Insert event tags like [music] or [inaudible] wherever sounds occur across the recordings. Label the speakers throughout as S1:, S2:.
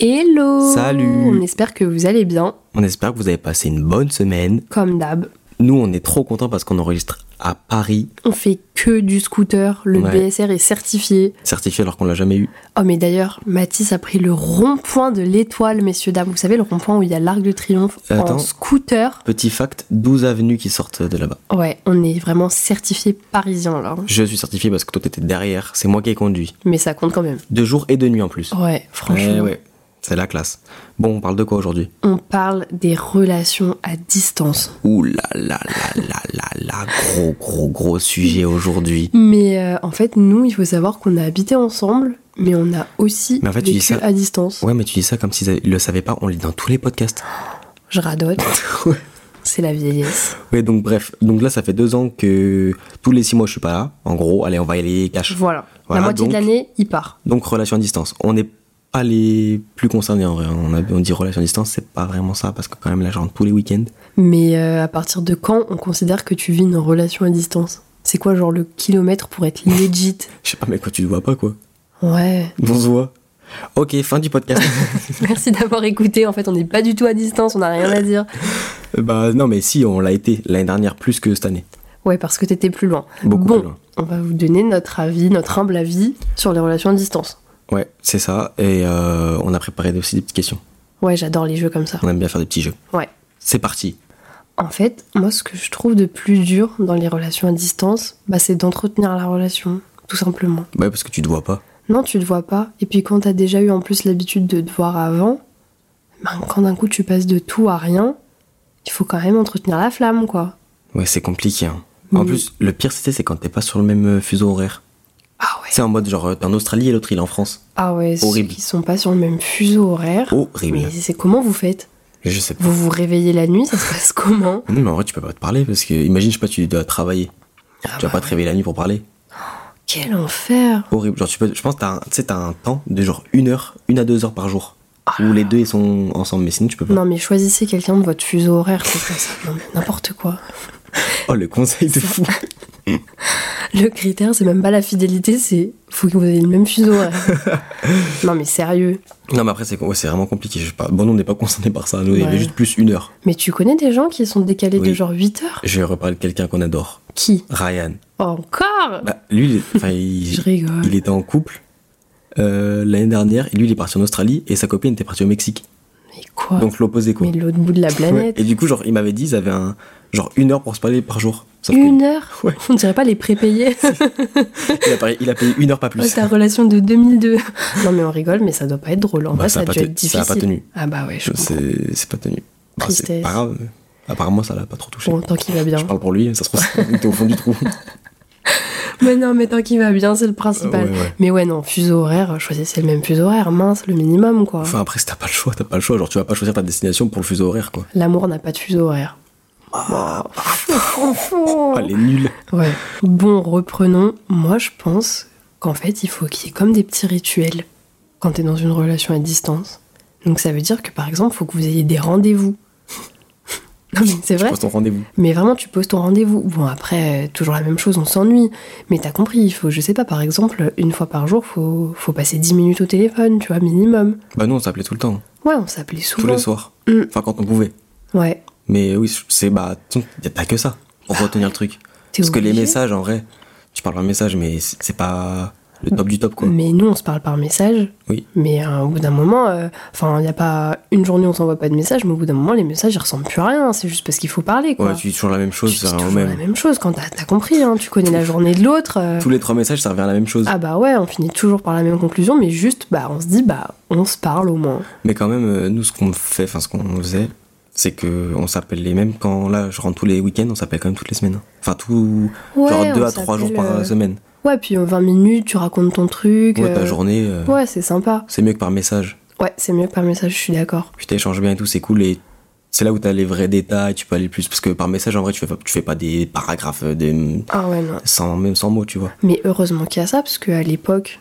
S1: Hello
S2: Salut.
S1: On espère que vous allez bien,
S2: On espère que vous avez passé une bonne semaine.
S1: comme d'hab.
S2: Nous, on est trop contents parce qu'on enregistre à Paris,
S1: On fait que du scooter, le
S2: Ouais.
S1: BSR est certifié.
S2: certifié alors qu'on l'a jamais eu.
S1: Oh mais d'ailleurs, Mathis a pris le rond-point de l'étoile, messieurs, dames. Vous savez, le rond-point où il y a l'Arc de Triomphe en
S2: Euh, Attends.
S1: scooter.
S2: Petit fact, 12 avenues qui sortent de là-bas.
S1: Ouais, on est vraiment certifié parisien là. hein.
S2: Je suis certifié parce que toi t'étais derrière, c'est moi qui ai conduit.
S1: Mais ça compte quand même.
S2: De jour et de nuit en plus.
S1: Ouais, Oh, franchement.
S2: Eh ouais, c'est la classe. Bon, on parle de quoi aujourd'hui
S1: On parle des relations à distance.
S2: Ouh là là là là là là, gros gros gros sujet aujourd'hui.
S1: Mais euh, en fait, nous, il faut savoir qu'on a habité ensemble, mais on a aussi
S2: Mais en fait, tu dis
S1: vécu
S2: ça-
S1: à distance.
S2: Ouais, mais tu dis ça comme s'ils le savaient pas, on lit dans tous les podcasts.
S1: Je radote,
S2: [laughs] Ouais.
S1: c'est la vieillesse.
S2: Ouais, donc bref, donc là ça fait deux ans que tous les six mois je suis pas là. En gros, allez, on va y aller cash.
S1: Voilà.
S2: Voilà,
S1: la moitié de
S2: donc-
S1: l'année, il part.
S2: Donc relation à distance. On n'est pas les plus concernés en vrai. hein. On, a- on dit relation à distance, c'est pas vraiment ça parce que quand même là je rentre tous les week-ends.
S1: Mais euh, à partir de quand on considère que tu vis une relation à distance C'est quoi, genre, le kilomètre pour être
S2: [laughs]
S1: legit
S2: Je sais pas mais quoi tu te vois pas quoi. [laughs]
S1: Ouais.
S2: On se voit. Ok, fin du
S1: [laughs]
S2: podcast.
S1: Merci d'avoir écouté. En fait, on n'est pas du tout à distance, on n'a rien à dire.
S2: bah non mais si on l'a été l'année dernière plus que cette année.
S1: Ouais, parce que t'étais plus loin.
S2: Beaucoup
S1: bon,
S2: plus loin.
S1: on va vous donner notre avis, notre humble avis sur les relations à distance.
S2: Ouais, c'est ça. Et euh, on a préparé aussi des petites questions.
S1: Ouais, j'adore les jeux comme ça.
S2: On aime bien faire des petits jeux.
S1: Ouais.
S2: C'est parti.
S1: En fait, moi, ce que je trouve de plus dur dans les relations à distance, bah, c'est d'entretenir la relation, tout simplement.
S2: Ouais parce que tu te vois pas.
S1: Non, tu le vois pas. Et puis quand t'as déjà eu en plus l'habitude de te voir avant, ben, quand d'un coup tu passes de tout à rien, il faut quand même entretenir la flamme, quoi.
S2: Ouais c'est compliqué. hein. En
S1: Mm.
S2: plus le pire c'était c'est quand t'es pas sur le même euh, fuseau horaire.
S1: Ah ouais.
S2: C'est en mode genre euh, t'es en Australie et l'autre il est en France.
S1: Ah ouais, ceux
S2: Horrible.
S1: qui sont pas sur le même fuseau horaire.
S2: Horrible.
S1: Mais c'est comment vous faites
S2: Je sais pas.
S1: Vous vous réveillez la nuit, ça se passe comment
S2: Ah Non mais en vrai tu peux pas te parler parce que imagine je sais pas tu dois travailler.
S1: Ah
S2: Tu vas
S1: bah,
S2: pas te réveiller la nuit pour parler.
S1: Quel enfer
S2: Horrible. Genre, tu peux, je pense que t'as un, tu sais, t'as un temps de genre une heure, une à deux heures par jour. où les deux ils sont ensemble, mais sinon tu peux pas.
S1: Ah Non mais choisissez quelqu'un de votre fuseau horaire, c'est pas ça. Non mais n'importe quoi.
S2: Oh, le conseil de fou. [laughs]
S1: Le critère, c'est même pas la fidélité, c'est faut que vous ayez le même fuseau horaire.
S2: [laughs]
S1: non mais sérieux.
S2: non, mais après, c'est ouais, c'est vraiment compliqué. Je sais pas. Bon, nous, on n'est pas concerné par ça. Nous, il y
S1: Ouais.
S2: avait juste plus une heure.
S1: Mais tu connais des gens qui sont décalés de
S2: Oui.
S1: genre 8 heures
S2: Je vais reparler de quelqu'un qu'on adore.
S1: Qui
S2: Ryan.
S1: Encore
S2: Bah, lui, il, est- enfin, il-
S1: [laughs] Je rigole.
S2: il était en couple euh, l'année dernière et lui, il est parti en Australie et sa copine était partie au Mexique.
S1: Mais quoi
S2: Donc, l'opposé, quoi.
S1: Mais l'autre bout de la
S2: Ouais.
S1: planète.
S2: Et du coup, genre, il m'avait dit, ils avaient un, genre une heure pour se parler par jour. Sauf que
S1: Une heure
S2: Ouais.
S1: On dirait pas les
S2: [laughs]
S1: prépayés.
S2: il a, payé, il a payé une heure pas plus.
S1: Oh, ta relation de
S2: [laughs]
S1: 2002. Non mais on rigole, mais ça doit pas être drôle. En
S2: Bah,
S1: vrai,
S2: ça
S1: ça,
S2: a
S1: a
S2: pas
S1: dû
S2: te-
S1: être
S2: ça
S1: difficile.
S2: a pas tenu.
S1: Ah bah ouais, je comprends.
S2: c'est c'est pas tenu. Bah, c'est
S1: Tristesse.
S2: pas grave. mais Apparemment, ça l'a pas trop touché.
S1: Bon, tant qu'il va bien.
S2: Je parle pour lui, ça se trouve,
S1: [laughs]
S2: il était au fond du trou.
S1: Mais non, mais tant qu'il va bien, c'est le principal.
S2: Euh, ouais, ouais.
S1: Mais ouais, non, fuseau horaire, choisissez le même fuseau horaire, mince, le minimum quoi.
S2: Enfin, après, si t'as pas le choix, t'as pas le choix. Genre, tu vas pas choisir ta destination pour le fuseau horaire, quoi.
S1: L'amour n'a pas de fuseau horaire.
S2: Ah, elle est nulle.
S1: Ouais. Bon, reprenons. Moi, je pense qu'en fait, il faut qu'il y ait comme des petits rituels quand t'es dans une relation à distance. Donc, ça veut dire que par exemple, il faut que vous ayez des rendez-vous. [laughs] [laughs] non, mais c'est
S2: Je
S1: vrai.
S2: pense ton rendez-vous.
S1: Mais vraiment, tu poses ton rendez-vous. Bon, après, euh, toujours la même chose, on s'ennuie. Mais t'as compris, il faut, je sais pas, par exemple, une fois par jour, faut, faut passer 10 minutes au téléphone, tu vois, minimum.
S2: Bah, nous, on s'appelait tout le temps.
S1: Ouais, on s'appelait
S2: Tous
S1: souvent.
S2: les soirs.
S1: Mm.
S2: Enfin, quand on pouvait.
S1: Ouais.
S2: Mais oui, c'est. Bah, t'sais, y a pas que ça pour retenir le truc.
S1: T'es
S2: Parce que les
S1: obligé.
S2: messages, en vrai, tu parles par message, mais c'est c'est pas le top du top, quoi.
S1: Mais nous, on se parle par message.
S2: Oui.
S1: Mais euh, au bout d'un moment, euh, enfin, il n'y a pas une journée où on s'envoie pas de message, mais au bout d'un moment, les messages, ils ressemblent plus à rien. C'est juste parce qu'il faut parler, quoi.
S2: Ouais, tu dis toujours la même
S1: Tu
S2: chose,
S1: dis
S2: ça revient
S1: toujours
S2: au
S1: la
S2: même.
S1: même chose quand t'as t'as compris, hein, tu connais la journée de l'autre. euh,
S2: Tous les trois messages, ça revient à la même chose.
S1: Ah bah ouais, on finit toujours par la même conclusion, mais juste, bah, on se dit, bah, on se parle au moins.
S2: Mais quand même, euh, nous, ce qu'on fait, enfin, ce qu'on faisait, c'est que on s'appelle les mêmes. Quand là, je rentre tous les week-ends, on s'appelle quand même toutes les semaines. hein. Enfin, tout.
S1: Ouais,
S2: genre deux
S1: on
S2: à trois jours
S1: s'appelle,
S2: par
S1: euh,
S2: semaine.
S1: Ouais, puis en 20 minutes, tu racontes ton truc.
S2: Ouais, ta
S1: euh,
S2: journée, euh,
S1: Ouais, c'est sympa.
S2: c'est mieux que par message.
S1: Ouais, c'est mieux que par message, je suis d'accord.
S2: Tu t'échanges bien et tout, c'est cool. Et c'est là où t'as les vrais détails, tu peux aller plus. Parce que par message, en vrai, tu fais, pas- tu fais pas des paragraphes, euh, des.
S1: Ah ouais, non.
S2: Sans, même sans mots, tu vois.
S1: Mais heureusement qu'il y a ça, parce qu'à l'époque,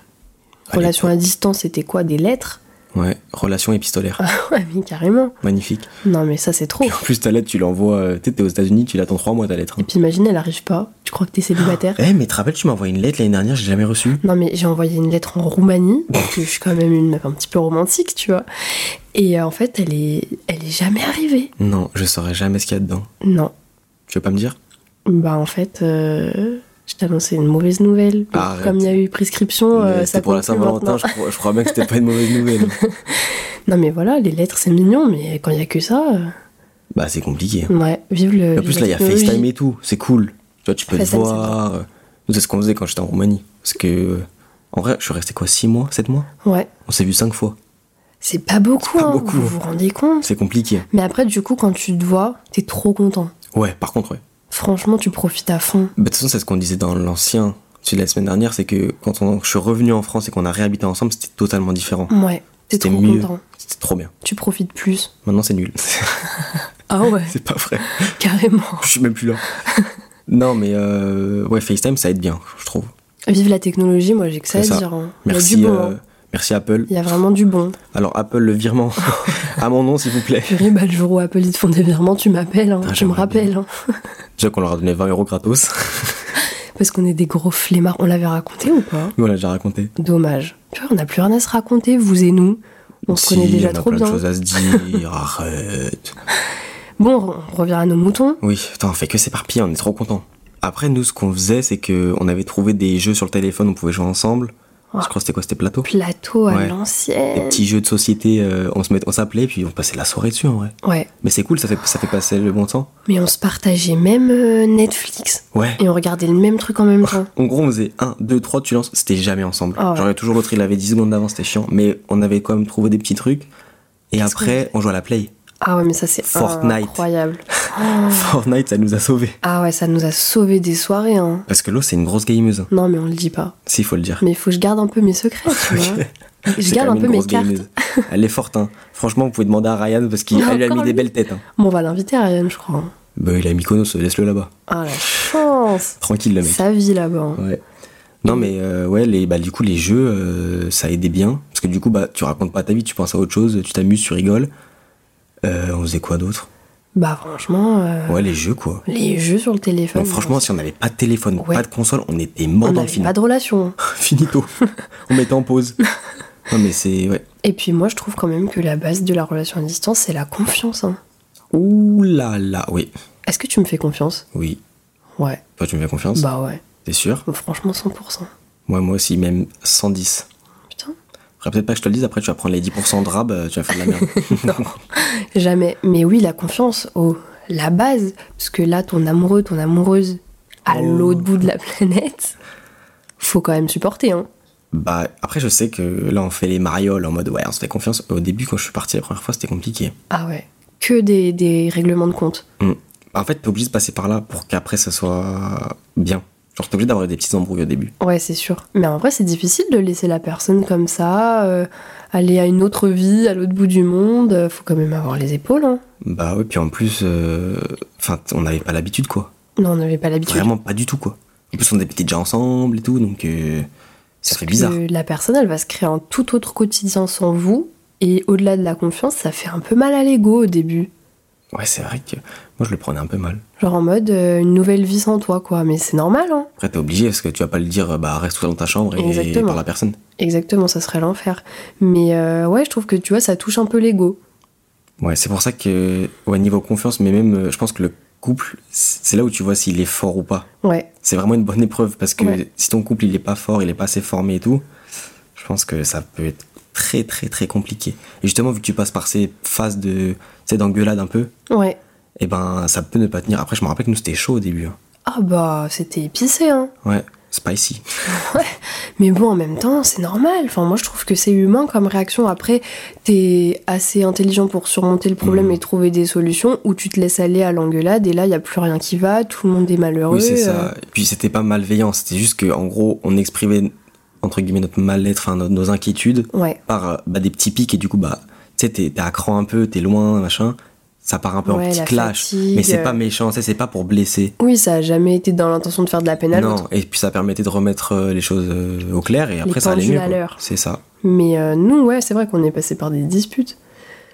S2: À
S1: relation à distance, c'était quoi Des lettres [laughs]
S2: Ouais, relation épistolaire.
S1: Ouais, mais carrément.
S2: Magnifique.
S1: Non, mais ça, c'est trop.
S2: Puis en plus, ta lettre, tu l'envoies. euh, Tu sais, t'es aux États-Unis, tu l'attends trois mois ta lettre.
S1: Et
S2: hein.
S1: puis imagine, elle arrive pas. Tu crois que t'es célibataire
S2: [laughs] Eh, mais te rappelles, tu m'as envoyé une lettre l'année dernière, j'ai jamais reçu.
S1: Non, mais j'ai envoyé une lettre en Roumanie, parce que je suis quand même une meuf un petit peu romantique, tu vois. Et euh, en fait, elle est, elle est jamais arrivée.
S2: Non, je saurais jamais ce qu'il y a dedans.
S1: Non.
S2: Tu veux pas me dire
S1: Bah, en fait, euh, je t'annonçais une mauvaise nouvelle.
S2: Arrête.
S1: Comme il y a eu prescription, euh,
S2: Mais
S1: ça
S2: C'était pour la
S1: compte plus
S2: Saint-Valentin,
S1: maintenant.
S2: je, crois- je crois bien que c'était pas une mauvaise nouvelle.
S1: Non, mais voilà, les lettres, c'est mignon, mais quand il y a que ça, euh,
S2: [laughs] bah, c'est compliqué.
S1: ouais, vive le.
S2: en plus,
S1: vive
S2: là,
S1: la
S2: il y a
S1: technologie.
S2: FaceTime et tout, c'est cool. Tu vois, tu peux
S1: FaceTime,
S2: te
S1: c'est
S2: voir. euh, Nous, c'est ce qu'on faisait quand j'étais en Roumanie. Parce que, euh, en vrai, je suis resté quoi, 6 mois, 7 mois
S1: Ouais.
S2: On s'est vu 5 fois.
S1: C'est pas beaucoup,
S2: C'est pas
S1: hein,
S2: beaucoup.
S1: vous vous rendez compte.
S2: C'est compliqué. hein.
S1: Mais après, du coup, quand tu te vois, t'es trop content.
S2: Ouais, par contre, ouais.
S1: Franchement, tu profites à fond.
S2: Bah, de toute façon, c'est ce qu'on disait dans l'ancien, celui de la semaine dernière, c'est que quand on, je suis revenu en France et qu'on a réhabité ensemble, c'était totalement différent.
S1: Ouais, t'es
S2: C'était
S1: trop
S2: mieux.
S1: content.
S2: C'était trop bien.
S1: Tu profites plus.
S2: Maintenant, c'est nul. [laughs]
S1: Ah ouais,
S2: c'est pas vrai.
S1: carrément.
S2: Je suis même plus là. [laughs] non, mais euh, ouais, FaceTime, ça aide bien, je trouve.
S1: Vive la technologie, moi j'ai que ça à
S2: C'est ça.
S1: dire. hein. Il y a
S2: Merci,
S1: du bon. hein.
S2: euh, merci Apple.
S1: Il y a vraiment du bon.
S2: Alors, Apple,
S1: [laughs]
S2: le virement à mon nom, s'il vous plaît.
S1: Purée, bah, le jour où Apple ils te font des virements, tu m'appelles, hein,
S2: Ah,
S1: tu me
S2: j'aimerais
S1: rappelles. hein.
S2: Déjà qu'on leur a donné 20 euros gratos. [laughs]
S1: Parce qu'on est des gros flemmards. On l'avait raconté ou pas
S2: Nous, on l'a déjà raconté.
S1: Dommage. Purée, on n'a plus rien à se raconter, vous et nous. On se
S2: Si,
S1: connaît déjà
S2: on a
S1: trop
S2: plein
S1: bien.
S2: de choses à
S1: [laughs]
S2: se dire. Arrête.
S1: Bon, on revient à nos moutons.
S2: Oui, putain, on fait que s'éparpiller, on est trop contents. Après, nous, ce qu'on faisait, c'est que on avait trouvé des jeux sur le téléphone, on pouvait jouer ensemble.
S1: Ah.
S2: Je crois que c'était quoi C'était plateau
S1: Plateau à
S2: Ouais. Des
S1: l'ancienne.
S2: petits jeux de société, euh, on se met- on s'appelait, puis on passait la soirée dessus en vrai.
S1: Ouais,
S2: Mais c'est cool, ça fait, ça fait passer le bon temps.
S1: mais on se partageait même euh, Netflix.
S2: Ouais.
S1: Et on regardait le même truc en même temps.
S2: En gros, on faisait 1, 2, 3, tu lances, c'était jamais ensemble.
S1: Ah ouais.
S2: Genre, il y a toujours l'autre, il avait 10 secondes d'avance, c'était chiant. Mais on avait quand même trouvé des petits trucs. Et
S1: Qu'est-ce qu'on
S2: après, on jouait à la play.
S1: Ah ouais, mais ça c'est
S2: Fortnite.
S1: incroyable.
S2: Fortnite, ça nous a sauvés.
S1: Ah ouais, ça nous a sauvé des soirées. Hein.
S2: Parce que l'eau, c'est une grosse gameuse. hein.
S1: Non, mais on le dit pas.
S2: Si, faut le dire.
S1: Mais il faut que je garde un peu mes secrets, tu
S2: [laughs]
S1: vois. Je
S2: C'est
S1: garde
S2: quand
S1: un
S2: même
S1: peu
S2: une
S1: mes
S2: grosse
S1: cartes.
S2: gameuse. Elle est forte, hein. Franchement, vous pouvez demander à Ryan parce
S1: [laughs]
S2: qu'il
S1: Il y a
S2: elle lui a
S1: encore
S2: mis des
S1: lui.
S2: belles têtes. Hein.
S1: Bon, on va l'inviter, Ariane, je crois. hein.
S2: Bah, il a Mykonos, laisse-le là-bas.
S1: Ah, la chance
S2: Tranquille, le Eh mec.
S1: Sa vie là-bas. hein.
S2: Ouais. Non, mais euh, ouais, les, bah, du coup, les jeux, euh, ça aidait bien. Parce que du coup, bah, tu racontes pas ta vie, tu penses à autre chose, tu t'amuses, tu rigoles. Euh, on faisait quoi d'autre
S1: Bah, franchement, euh,
S2: Ouais, les jeux, quoi.
S1: les jeux sur le téléphone.
S2: Donc, Bah, franchement, si on n'avait pas de téléphone,
S1: Ouais.
S2: pas de console, on était
S1: on
S2: mort dans le
S1: n'avait
S2: film.
S1: pas de relation. [laughs]
S2: Finito. on mettait en pause. non, mais c'est. Ouais.
S1: Et puis, moi, je trouve quand même que la base de la relation à distance, c'est la confiance. hein.
S2: Ouh là là. Oui,
S1: Est-ce que tu me fais confiance
S2: oui.
S1: Ouais.
S2: Toi, tu me fais confiance
S1: Bah, ouais.
S2: T'es sûr
S1: Franchement, 100%.
S2: Moi, moi aussi, même 110.
S1: Putain.
S2: Faudrait peut-être pas que je te le dise, après tu vas prendre les 10% de rab, euh, tu vas faire de la
S1: [laughs]
S2: merde.
S1: Jamais. Mais oui, la confiance, oh, la base. Parce que là, ton amoureux, ton amoureuse, à
S2: Oh.
S1: l'autre bout de la planète, faut quand même supporter. Hein.
S2: bah après je sais que là on fait les marioles en mode ouais on se fait confiance. Au début quand je suis parti la première fois c'était compliqué.
S1: Ah ouais. Que des, des règlements de compte.
S2: Hmm. En fait t'es obligé de passer par là pour qu'après ça soit bien. Genre t'es obligé d'avoir des petites embrouilles au début.
S1: Ouais, c'est sûr. Mais en vrai, c'est difficile de laisser la personne comme ça, euh, aller à une autre vie, à l'autre bout du monde. Euh, Faut quand même avoir les épaules. Hein.
S2: Bah ouais puis en plus, euh, enfin t- on n'avait pas l'habitude quoi.
S1: Non, on n'avait pas l'habitude.
S2: Vraiment pas du tout quoi. En plus on habitait déjà ensemble et tout donc euh, ça
S1: Parce
S2: fait bizarre.
S1: que La personne, elle va se créer un tout autre quotidien sans vous. Et au-delà de la confiance, ça fait un peu mal à l'ego au début.
S2: Ouais c'est vrai que moi je le prenais un peu mal.
S1: Genre en mode euh, une nouvelle vie sans toi, quoi. Mais c'est normal, hein.
S2: Après t'es obligé parce que tu vas pas le dire bah reste tout dans ta chambre et
S1: Exactement.
S2: par la personne.
S1: Exactement, ça serait l'enfer. Mais euh, ouais, je trouve que tu vois, ça touche un peu l'ego.
S2: Ouais, c'est pour ça que, ouais, niveau confiance, mais même, euh, je pense que le couple, c'est là où tu vois s'il est fort ou pas.
S1: Ouais.
S2: C'est vraiment une bonne épreuve parce que
S1: Ouais.
S2: si ton couple, il est pas fort, il est pas assez formé et tout, je pense que ça peut être très, très, très compliqué. Et justement, vu que tu passes par ces phases de, tu sais, d'engueulade un peu,
S1: Ouais.
S2: et ben, ça peut ne pas tenir. Après, je me rappelle que nous, c'était chaud au début. hein.
S1: Ah bah, c'était épicé, hein.
S2: Ouais, spicy.
S1: Mais bon, en même temps, c'est normal. Enfin, moi, je trouve que c'est humain comme réaction. Après, t'es assez intelligent pour surmonter le problème
S2: Mhm.
S1: et trouver des solutions, ou tu te laisses aller à l'engueulade et là, il y a plus rien qui va, tout le monde est malheureux.
S2: oui, c'est
S1: euh,
S2: ça. Et puis, c'était pas malveillant. C'était juste que, en gros, on exprimait, entre guillemets, notre mal-être, enfin, no- nos inquiétudes.
S1: Ouais.
S2: par euh, bah, des petits pics et du coup bah tu sais t'es t'es à cran un peu t'es loin machin ça part un peu
S1: Ouais,
S2: en petit
S1: la
S2: clash
S1: fatigue,
S2: mais c'est
S1: euh.
S2: pas méchant tu sais, c'est pas pour blesser
S1: Oui, ça a jamais été dans l'intention de faire de la peine à l'autre.
S2: non et puis ça permettait de remettre euh, les choses euh, au clair et après ça allait
S1: pendules
S2: mieux
S1: à
S2: quoi.
S1: l'heure.
S2: c'est ça
S1: Mais euh, nous, ouais, c'est vrai qu'on est passé par des disputes.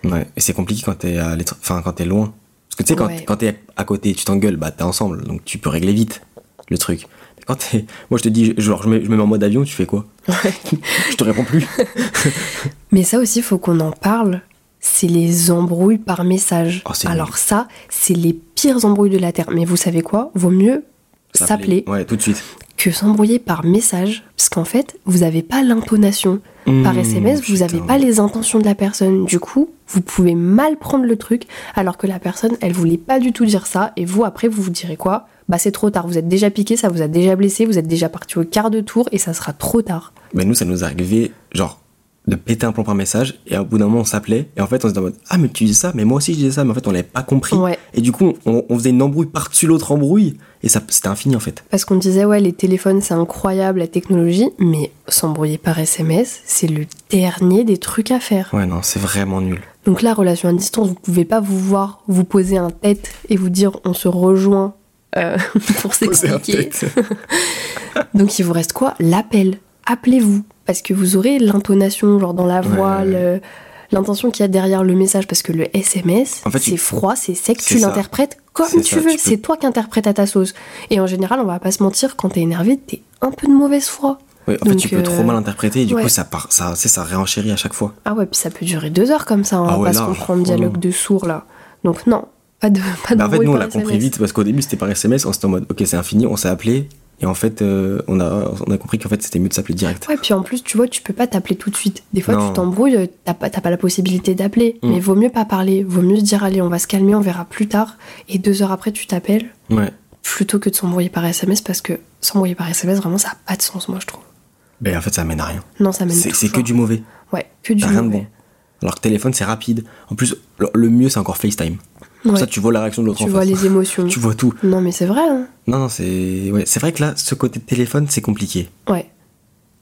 S2: Ouais. Et c'est compliqué quand t'es à l'étr- enfin, quand t'es loin. Parce que tu sais, quand,
S1: Ouais.
S2: quand t'es à côté, tu t'engueules, bah t'es ensemble, donc tu peux régler vite le truc. Mais quand t'es. Moi je te dis, genre je me, je me mets en mode avion, tu fais quoi [laughs] Je te réponds plus.
S1: Mais ça aussi, faut qu'on en parle. C'est les embrouilles par message.
S2: Oh, c'est
S1: Alors
S2: nul.
S1: ça, c'est les pires embrouilles de la Terre. Mais vous savez quoi Vaut mieux s'appeler
S2: Ouais, tout de suite.
S1: que s'embrouiller par message. Parce qu'en fait, vous n'avez pas l'intonation. Par
S2: Mmh,
S1: SMS, vous n'avez
S2: putain.
S1: pas les intentions de la personne. Du coup, vous pouvez mal prendre le truc alors que la personne, elle voulait pas du tout dire ça. Et vous, après, vous vous direz quoi Bah c'est trop tard, vous êtes déjà piqué, ça vous a déjà blessé, vous êtes déjà parti au quart de tour et ça sera trop tard.
S2: Mais Bah, nous, ça nous arrivait, genre, de péter un plomb par message, et au bout d'un moment, on s'appelait, et en fait, on était en mode, ah, mais tu dis ça, mais moi aussi, je disais ça, mais en fait, on l'avait pas compris.
S1: Ouais.
S2: Et du coup, on, on faisait une embrouille par-dessus l'autre embrouille, et ça, c'était infini, en fait.
S1: Parce qu'on disait, ouais, les téléphones, c'est incroyable, la technologie, mais s'embrouiller par SMS, c'est le dernier des trucs à faire.
S2: Ouais, non, c'est vraiment nul.
S1: Donc là, relation à distance, vous pouvez pas vous voir, vous poser un tête et vous dire, on se rejoint euh, [laughs] pour
S2: Poser un
S1: s'expliquer.
S2: tête.
S1: Donc il vous reste quoi L'appel. Appelez-vous. Parce que vous aurez l'intonation, genre dans la voix,
S2: ouais,
S1: le- l'intention qu'il y a derrière le message. Parce que le SMS,
S2: En fait, tu-
S1: c'est froid, c'est sec,
S2: C'est
S1: tu
S2: ça.
S1: l'interprètes
S2: C'est
S1: comme tu
S2: ça,
S1: veux.
S2: tu peux-
S1: C'est toi qui interprètes à ta sauce. Et en général, on va pas se mentir, quand t'es énervé, t'es un peu de mauvaise foi.
S2: Ouais, en fait,
S1: Donc,
S2: tu peux trop
S1: euh,
S2: mal interpréter, et du
S1: ouais.
S2: coup, ça part, ça, tu sais, ça réenchérit à chaque fois.
S1: Ah ouais, puis ça peut durer deux heures comme ça, hein, on
S2: Ah
S1: va
S2: ouais,
S1: pas se
S2: large.
S1: comprendre,
S2: Oh
S1: dialogue
S2: non.
S1: de sourd là. Donc non, pas de pas
S2: Bah, en fait,
S1: d'embrouille
S2: nous, on
S1: Ah par
S2: l'a compris
S1: SMS.
S2: vite, parce qu'au début, c'était par SMS, on s'était en mode, ok, c'est infini, on s'est appelé, et en fait, euh, on, a, on a compris qu'en fait, c'était mieux de s'appeler direct.
S1: Ouais, puis en plus, tu vois, tu peux pas t'appeler tout de suite. Des fois,
S2: Non.
S1: tu t'embrouilles, t'as pas, t'as pas la possibilité d'appeler.
S2: Mm.
S1: Mais vaut mieux pas parler, vaut mieux se dire, allez, on va se calmer, on verra plus tard. Et deux heures après, tu t'appelles,
S2: ouais.
S1: plutôt que de s'embrouiller par SMS, parce que s'embrouiller par SMS, vraiment, ça a pas de sens, moi, je trouve.
S2: Mais Ben, en fait, ça mène à rien.
S1: Non, ça mène
S2: C'est c'est
S1: toujours.
S2: que du mauvais.
S1: Ouais, que du
S2: T'as rien de
S1: mauvais.
S2: bon. Alors que téléphone, c'est rapide. En plus, le, le mieux, c'est encore FaceTime. Comme
S1: Ouais.
S2: ça, tu vois la réaction de l'autre
S1: Tu
S2: en
S1: vois
S2: face.
S1: les émotions.
S2: tu vois tout.
S1: Non, mais c'est vrai, hein.
S2: Non, non, c'est. Ouais, c'est vrai que là, ce côté de téléphone, c'est compliqué.
S1: Ouais.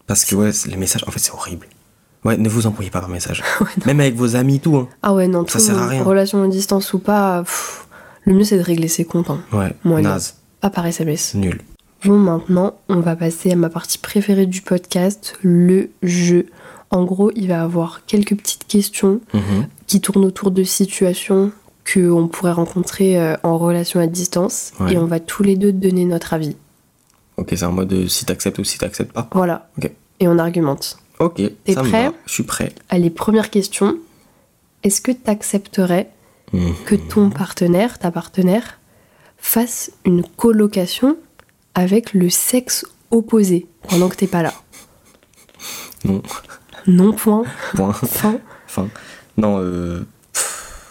S2: Parce que, ouais, c'est- les messages, en fait, c'est horrible. Ouais, ne vous embrouillez pas
S1: [laughs]
S2: par message. Même avec vos amis, tout, hein.
S1: Ah ouais, non, tout
S2: Ça sert à
S1: le monde,
S2: rien.
S1: relation à distance ou pas, pff, le mieux, c'est de régler ses comptes, hein.
S2: Ouais,
S1: Moi, non.
S2: naze.
S1: Pas par SMS.
S2: C'est nul.
S1: Bon, maintenant, on va passer à ma partie préférée du podcast, le jeu. En gros, il va y avoir quelques petites questions
S2: Mhm.
S1: qui tournent autour de situations que on pourrait rencontrer euh, en relation à distance
S2: Ouais.
S1: et on va tous les deux donner notre avis.
S2: Ok, c'est en mode euh, si t'acceptes ou si t'acceptes pas.
S1: Voilà.
S2: Ok.
S1: Et on argumente.
S2: Ok,
S1: T'es
S2: ça me
S1: prêt
S2: va. Je suis prêt.
S1: Allez, première question. Est-ce que t'accepterais
S2: Mhm.
S1: que ton partenaire, ta partenaire, fasse une colocation avec le sexe opposé pendant que t'es pas là
S2: Non, [laughs]
S1: Non point.
S2: point.
S1: Fin.
S2: Enfin, non, euh. pff.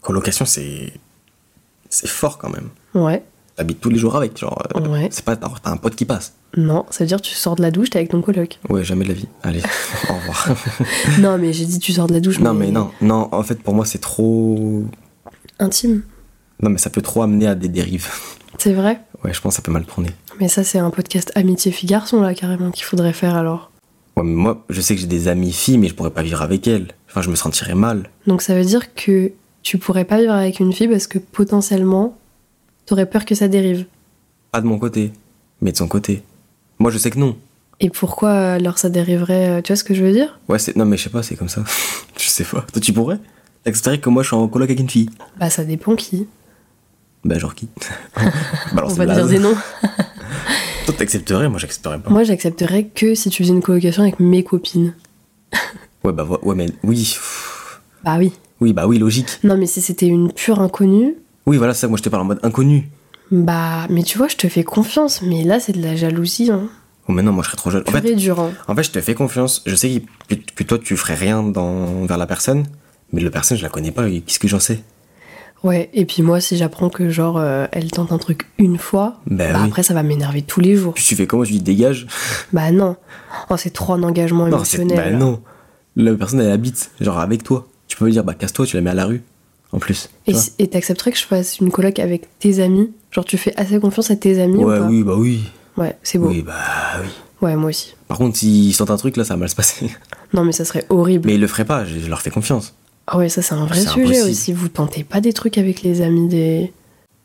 S2: Colocation, c'est. C'est fort quand même.
S1: Ouais.
S2: T'habites tous les jours avec, genre. euh,
S1: Ouais.
S2: C'est pas. T'as un pote qui passe.
S1: Non, ça veut dire que tu sors de la douche, t'es avec ton
S2: [laughs]
S1: coloc.
S2: Ouais, jamais de la vie.
S1: [laughs]
S2: Allez, au revoir.
S1: non, mais j'ai dit tu sors de la douche.
S2: non, mais non, non, en fait, pour moi, c'est trop.
S1: Intime,
S2: Non, mais ça peut trop amener à des dérives.
S1: c'est vrai.
S2: Ouais, je pense que ça peut mal tourner.
S1: Mais ça, c'est un podcast amitié filles-garçons, là, carrément, qu'il faudrait faire alors.
S2: Ouais, mais moi, je sais que j'ai des amis filles, mais je pourrais pas vivre avec elles. Enfin, je me sentirais mal.
S1: Donc ça veut dire que tu pourrais pas vivre avec une fille parce que potentiellement, t'aurais peur que ça dérive.
S2: Pas de mon côté, mais de son côté. Moi, je sais que non.
S1: Et pourquoi euh, alors ça dériverait euh, Tu vois ce que je veux dire
S2: Ouais, c'est. Non, mais je sais pas, c'est comme ça. [laughs] je sais pas. Toi, tu pourrais T'accepterais que moi, je suis en coloc avec une fille
S1: Bah, ça dépend qui.
S2: Bah, genre qui [laughs] Bah, alors,
S1: On
S2: c'est
S1: va te dire
S2: blaze. [laughs]
S1: des noms.
S2: Toi, t'accepterais, moi, j'accepterais pas.
S1: Moi, j'accepterais que si tu faisais une colocation avec mes copines.
S2: Ouais, bah, ouais, mais oui. pff.
S1: Bah oui.
S2: Oui, bah, oui, logique.
S1: Non, mais si c'était une pure inconnue,
S2: Oui, voilà, ça, moi, je te parle en mode inconnu.
S1: bah, mais tu vois, je te fais confiance, mais là, c'est de la jalousie, hein.
S2: Oh, mais non, moi, je serais trop jeune. En
S1: Pur
S2: fait,
S1: et durant.
S2: En fait, je te fais confiance. Je sais que, que toi, tu ferais rien dans, vers la personne, mais la personne, je la connais pas. et Qu'est-ce que j'en sais
S1: Ouais, et puis moi, si j'apprends que genre euh, elle tente un truc une fois,
S2: Ben
S1: bah
S2: oui.
S1: après ça va m'énerver tous les jours.
S2: Puis tu fais comment Tu dis dégage
S1: Bah non, oh, c'est trop un engagement
S2: Non, c'est.
S1: émotionnel.
S2: Bah non. La personne, elle habite, genre avec toi. Tu peux lui dire, bah casse-toi, tu la mets à la rue. En plus. tu
S1: Et
S2: vois.
S1: si- et t'accepterais que je fasse une coloc avec tes amis Genre tu fais assez confiance à tes amis
S2: ouais,
S1: ou pas
S2: oui, bah oui.
S1: Ouais, c'est beau.
S2: Oui, bah oui.
S1: Ouais, moi aussi.
S2: Par contre, s'ils sentent un truc, là, ça va mal se passer. [laughs]
S1: Non, mais ça serait horrible.
S2: Mais ils le feraient pas, je, je leur fais confiance.
S1: Ah ouais, ça c'est un vrai
S2: C'est
S1: sujet
S2: impossible.
S1: aussi. Vous tentez pas des trucs avec les amis des.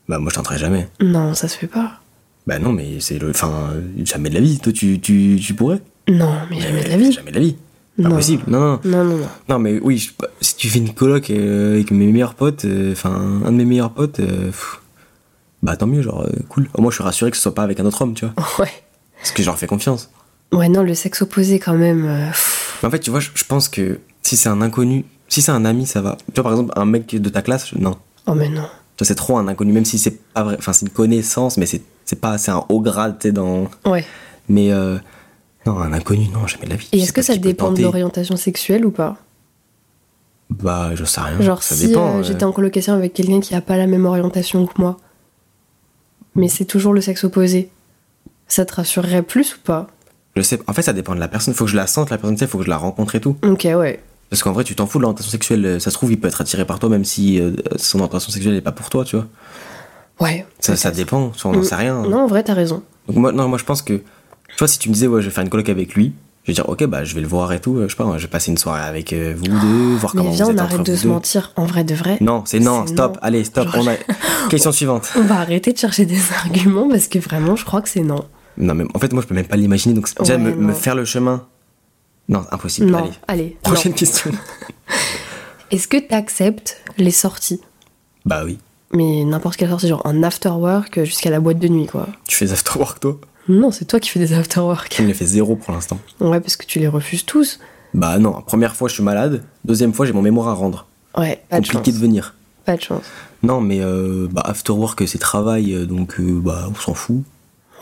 S2: Bah moi, je tenterai jamais.
S1: Non, ça se fait pas.
S2: Bah non, mais c'est le. Enfin, euh, jamais de la vie. Toi, tu, tu, tu pourrais
S1: Non, mais jamais de la vie.
S2: Jamais de la vie.
S1: Non.
S2: Impossible. Non, non,
S1: Non, non, non. [laughs]
S2: non, mais oui, je- bah, si tu fais une coloc euh, avec mes meilleurs potes, euh, enfin, un de mes meilleurs potes, euh, pff, bah tant mieux, genre, euh, cool. Au moins, je suis rassuré que ce soit pas avec un autre homme, tu vois.
S1: Ouais.
S2: Parce que je leur fais confiance.
S1: Ouais, non, le sexe opposé quand même. euh, pff,
S2: Mais en fait, tu vois, je, je pense que si c'est un inconnu, si c'est un ami, ça va. Tu vois, par exemple, un mec de ta classe, je- non.
S1: Oh, mais non.
S2: Tu vois, c'est trop un inconnu, même si c'est pas vrai. Enfin, c'est une connaissance, mais c'est c'est pas. C'est un haut grade, tu sais, dans.
S1: Ouais.
S2: Mais. euh, non, un inconnu, non, jamais de la vie.
S1: Et
S2: Je
S1: est-ce
S2: sais
S1: que
S2: pas
S1: ça
S2: qui peut
S1: dépend de
S2: tenter.
S1: l'orientation sexuelle ou pas
S2: Bah, je sais rien.
S1: Genre
S2: ça
S1: si
S2: dépend.
S1: euh,
S2: euh.
S1: j'étais en colocation avec quelqu'un qui a pas la même orientation que moi, mais c'est toujours le sexe opposé, ça te rassurerait plus ou pas
S2: Je sais, en fait, ça dépend de la personne. Faut que je la sente, la personne, tu sais, faut que je la rencontre et tout.
S1: Ok ouais.
S2: Parce qu'en vrai, tu t'en fous de l'orientation sexuelle. euh, Ça se trouve, il peut être attiré par toi, même si euh, son orientation sexuelle n'est pas pour toi, tu vois.
S1: Ouais.
S2: Ça, ça
S1: peut-être.
S2: dépend, tu vois, on n'en
S1: Mm.
S2: sait rien.
S1: Non en vrai t'as raison.
S2: Donc, moi, non, moi, je pense que. Tu vois, si tu me disais, ouais, je vais faire une coloc avec lui, je vais dire, ok, bah, je vais le voir et tout. euh, Je sais pas, je vais passer une soirée avec euh, vous deux, voir
S1: Oh, Mais
S2: comment
S1: viens
S2: vous
S1: on
S2: êtes entre
S1: arrête de
S2: vous
S1: se
S2: deux.
S1: mentir, en vrai de vrai.
S2: Non, c'est non,
S1: C'est
S2: stop,
S1: non.
S2: allez, stop.
S1: Genre- [laughs]
S2: On a... Question suivante.
S1: On va arrêter de chercher des [laughs] arguments parce que vraiment je crois que c'est non.
S2: Non, mais en fait, moi, je peux même pas l'imaginer, donc c'est- déjà,
S1: Ouais,
S2: me, me
S1: non.
S2: faire le chemin. Non, impossible.
S1: Non.
S2: Allez,
S1: Allez. non.
S2: prochaine question. [laughs]
S1: Est-ce que t'acceptes les sorties
S2: bah oui,
S1: Mais n'importe quelle sortie, genre un after work jusqu'à la boîte de nuit quoi.
S2: tu fais after work, toi
S1: Non c'est toi qui fais des after work.
S2: Tu me les fait zéro pour l'instant.
S1: Ouais parce que tu les refuses tous.
S2: Bah non, première fois, je suis malade. Deuxième fois, j'ai mon mémoire à rendre.
S1: Ouais. Pas de
S2: Compliqué de
S1: chance.
S2: venir.
S1: Pas de chance.
S2: Non, mais euh, bah, after work, c'est travail, euh, donc euh, bah, on s'en fout.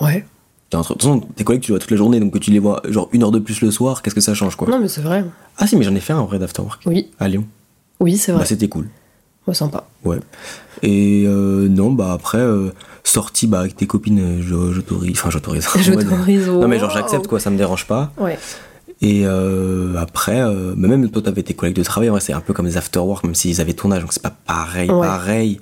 S1: Ouais.
S2: T'es entre- De toute façon, tes collègues, tu les vois toute la journée, donc que tu les vois genre une heure de plus le soir, qu'est-ce que ça change, quoi
S1: Non, mais c'est vrai.
S2: Ah si, mais j'en ai fait un, en vrai, d'after work.
S1: Oui,
S2: À Lyon.
S1: oui, c'est vrai.
S2: Bah, c'était cool.
S1: Ouais, sympa.
S2: Ouais. Et euh, non, bah après, euh, sortie bah, avec tes copines, euh, je- j'autorise. Enfin, [laughs] j'autorise.
S1: Je
S2: Ouais,
S1: t'autorise.
S2: Non, mais genre, j'accepte quoi, ça me dérange pas.
S1: Ouais.
S2: Et euh, après, euh, mais même toi, t'avais tes collègues de travail, en vrai, c'est un peu comme les after-work, même s'ils avaient ton âge, donc c'est pas pareil,
S1: Ouais.
S2: pareil.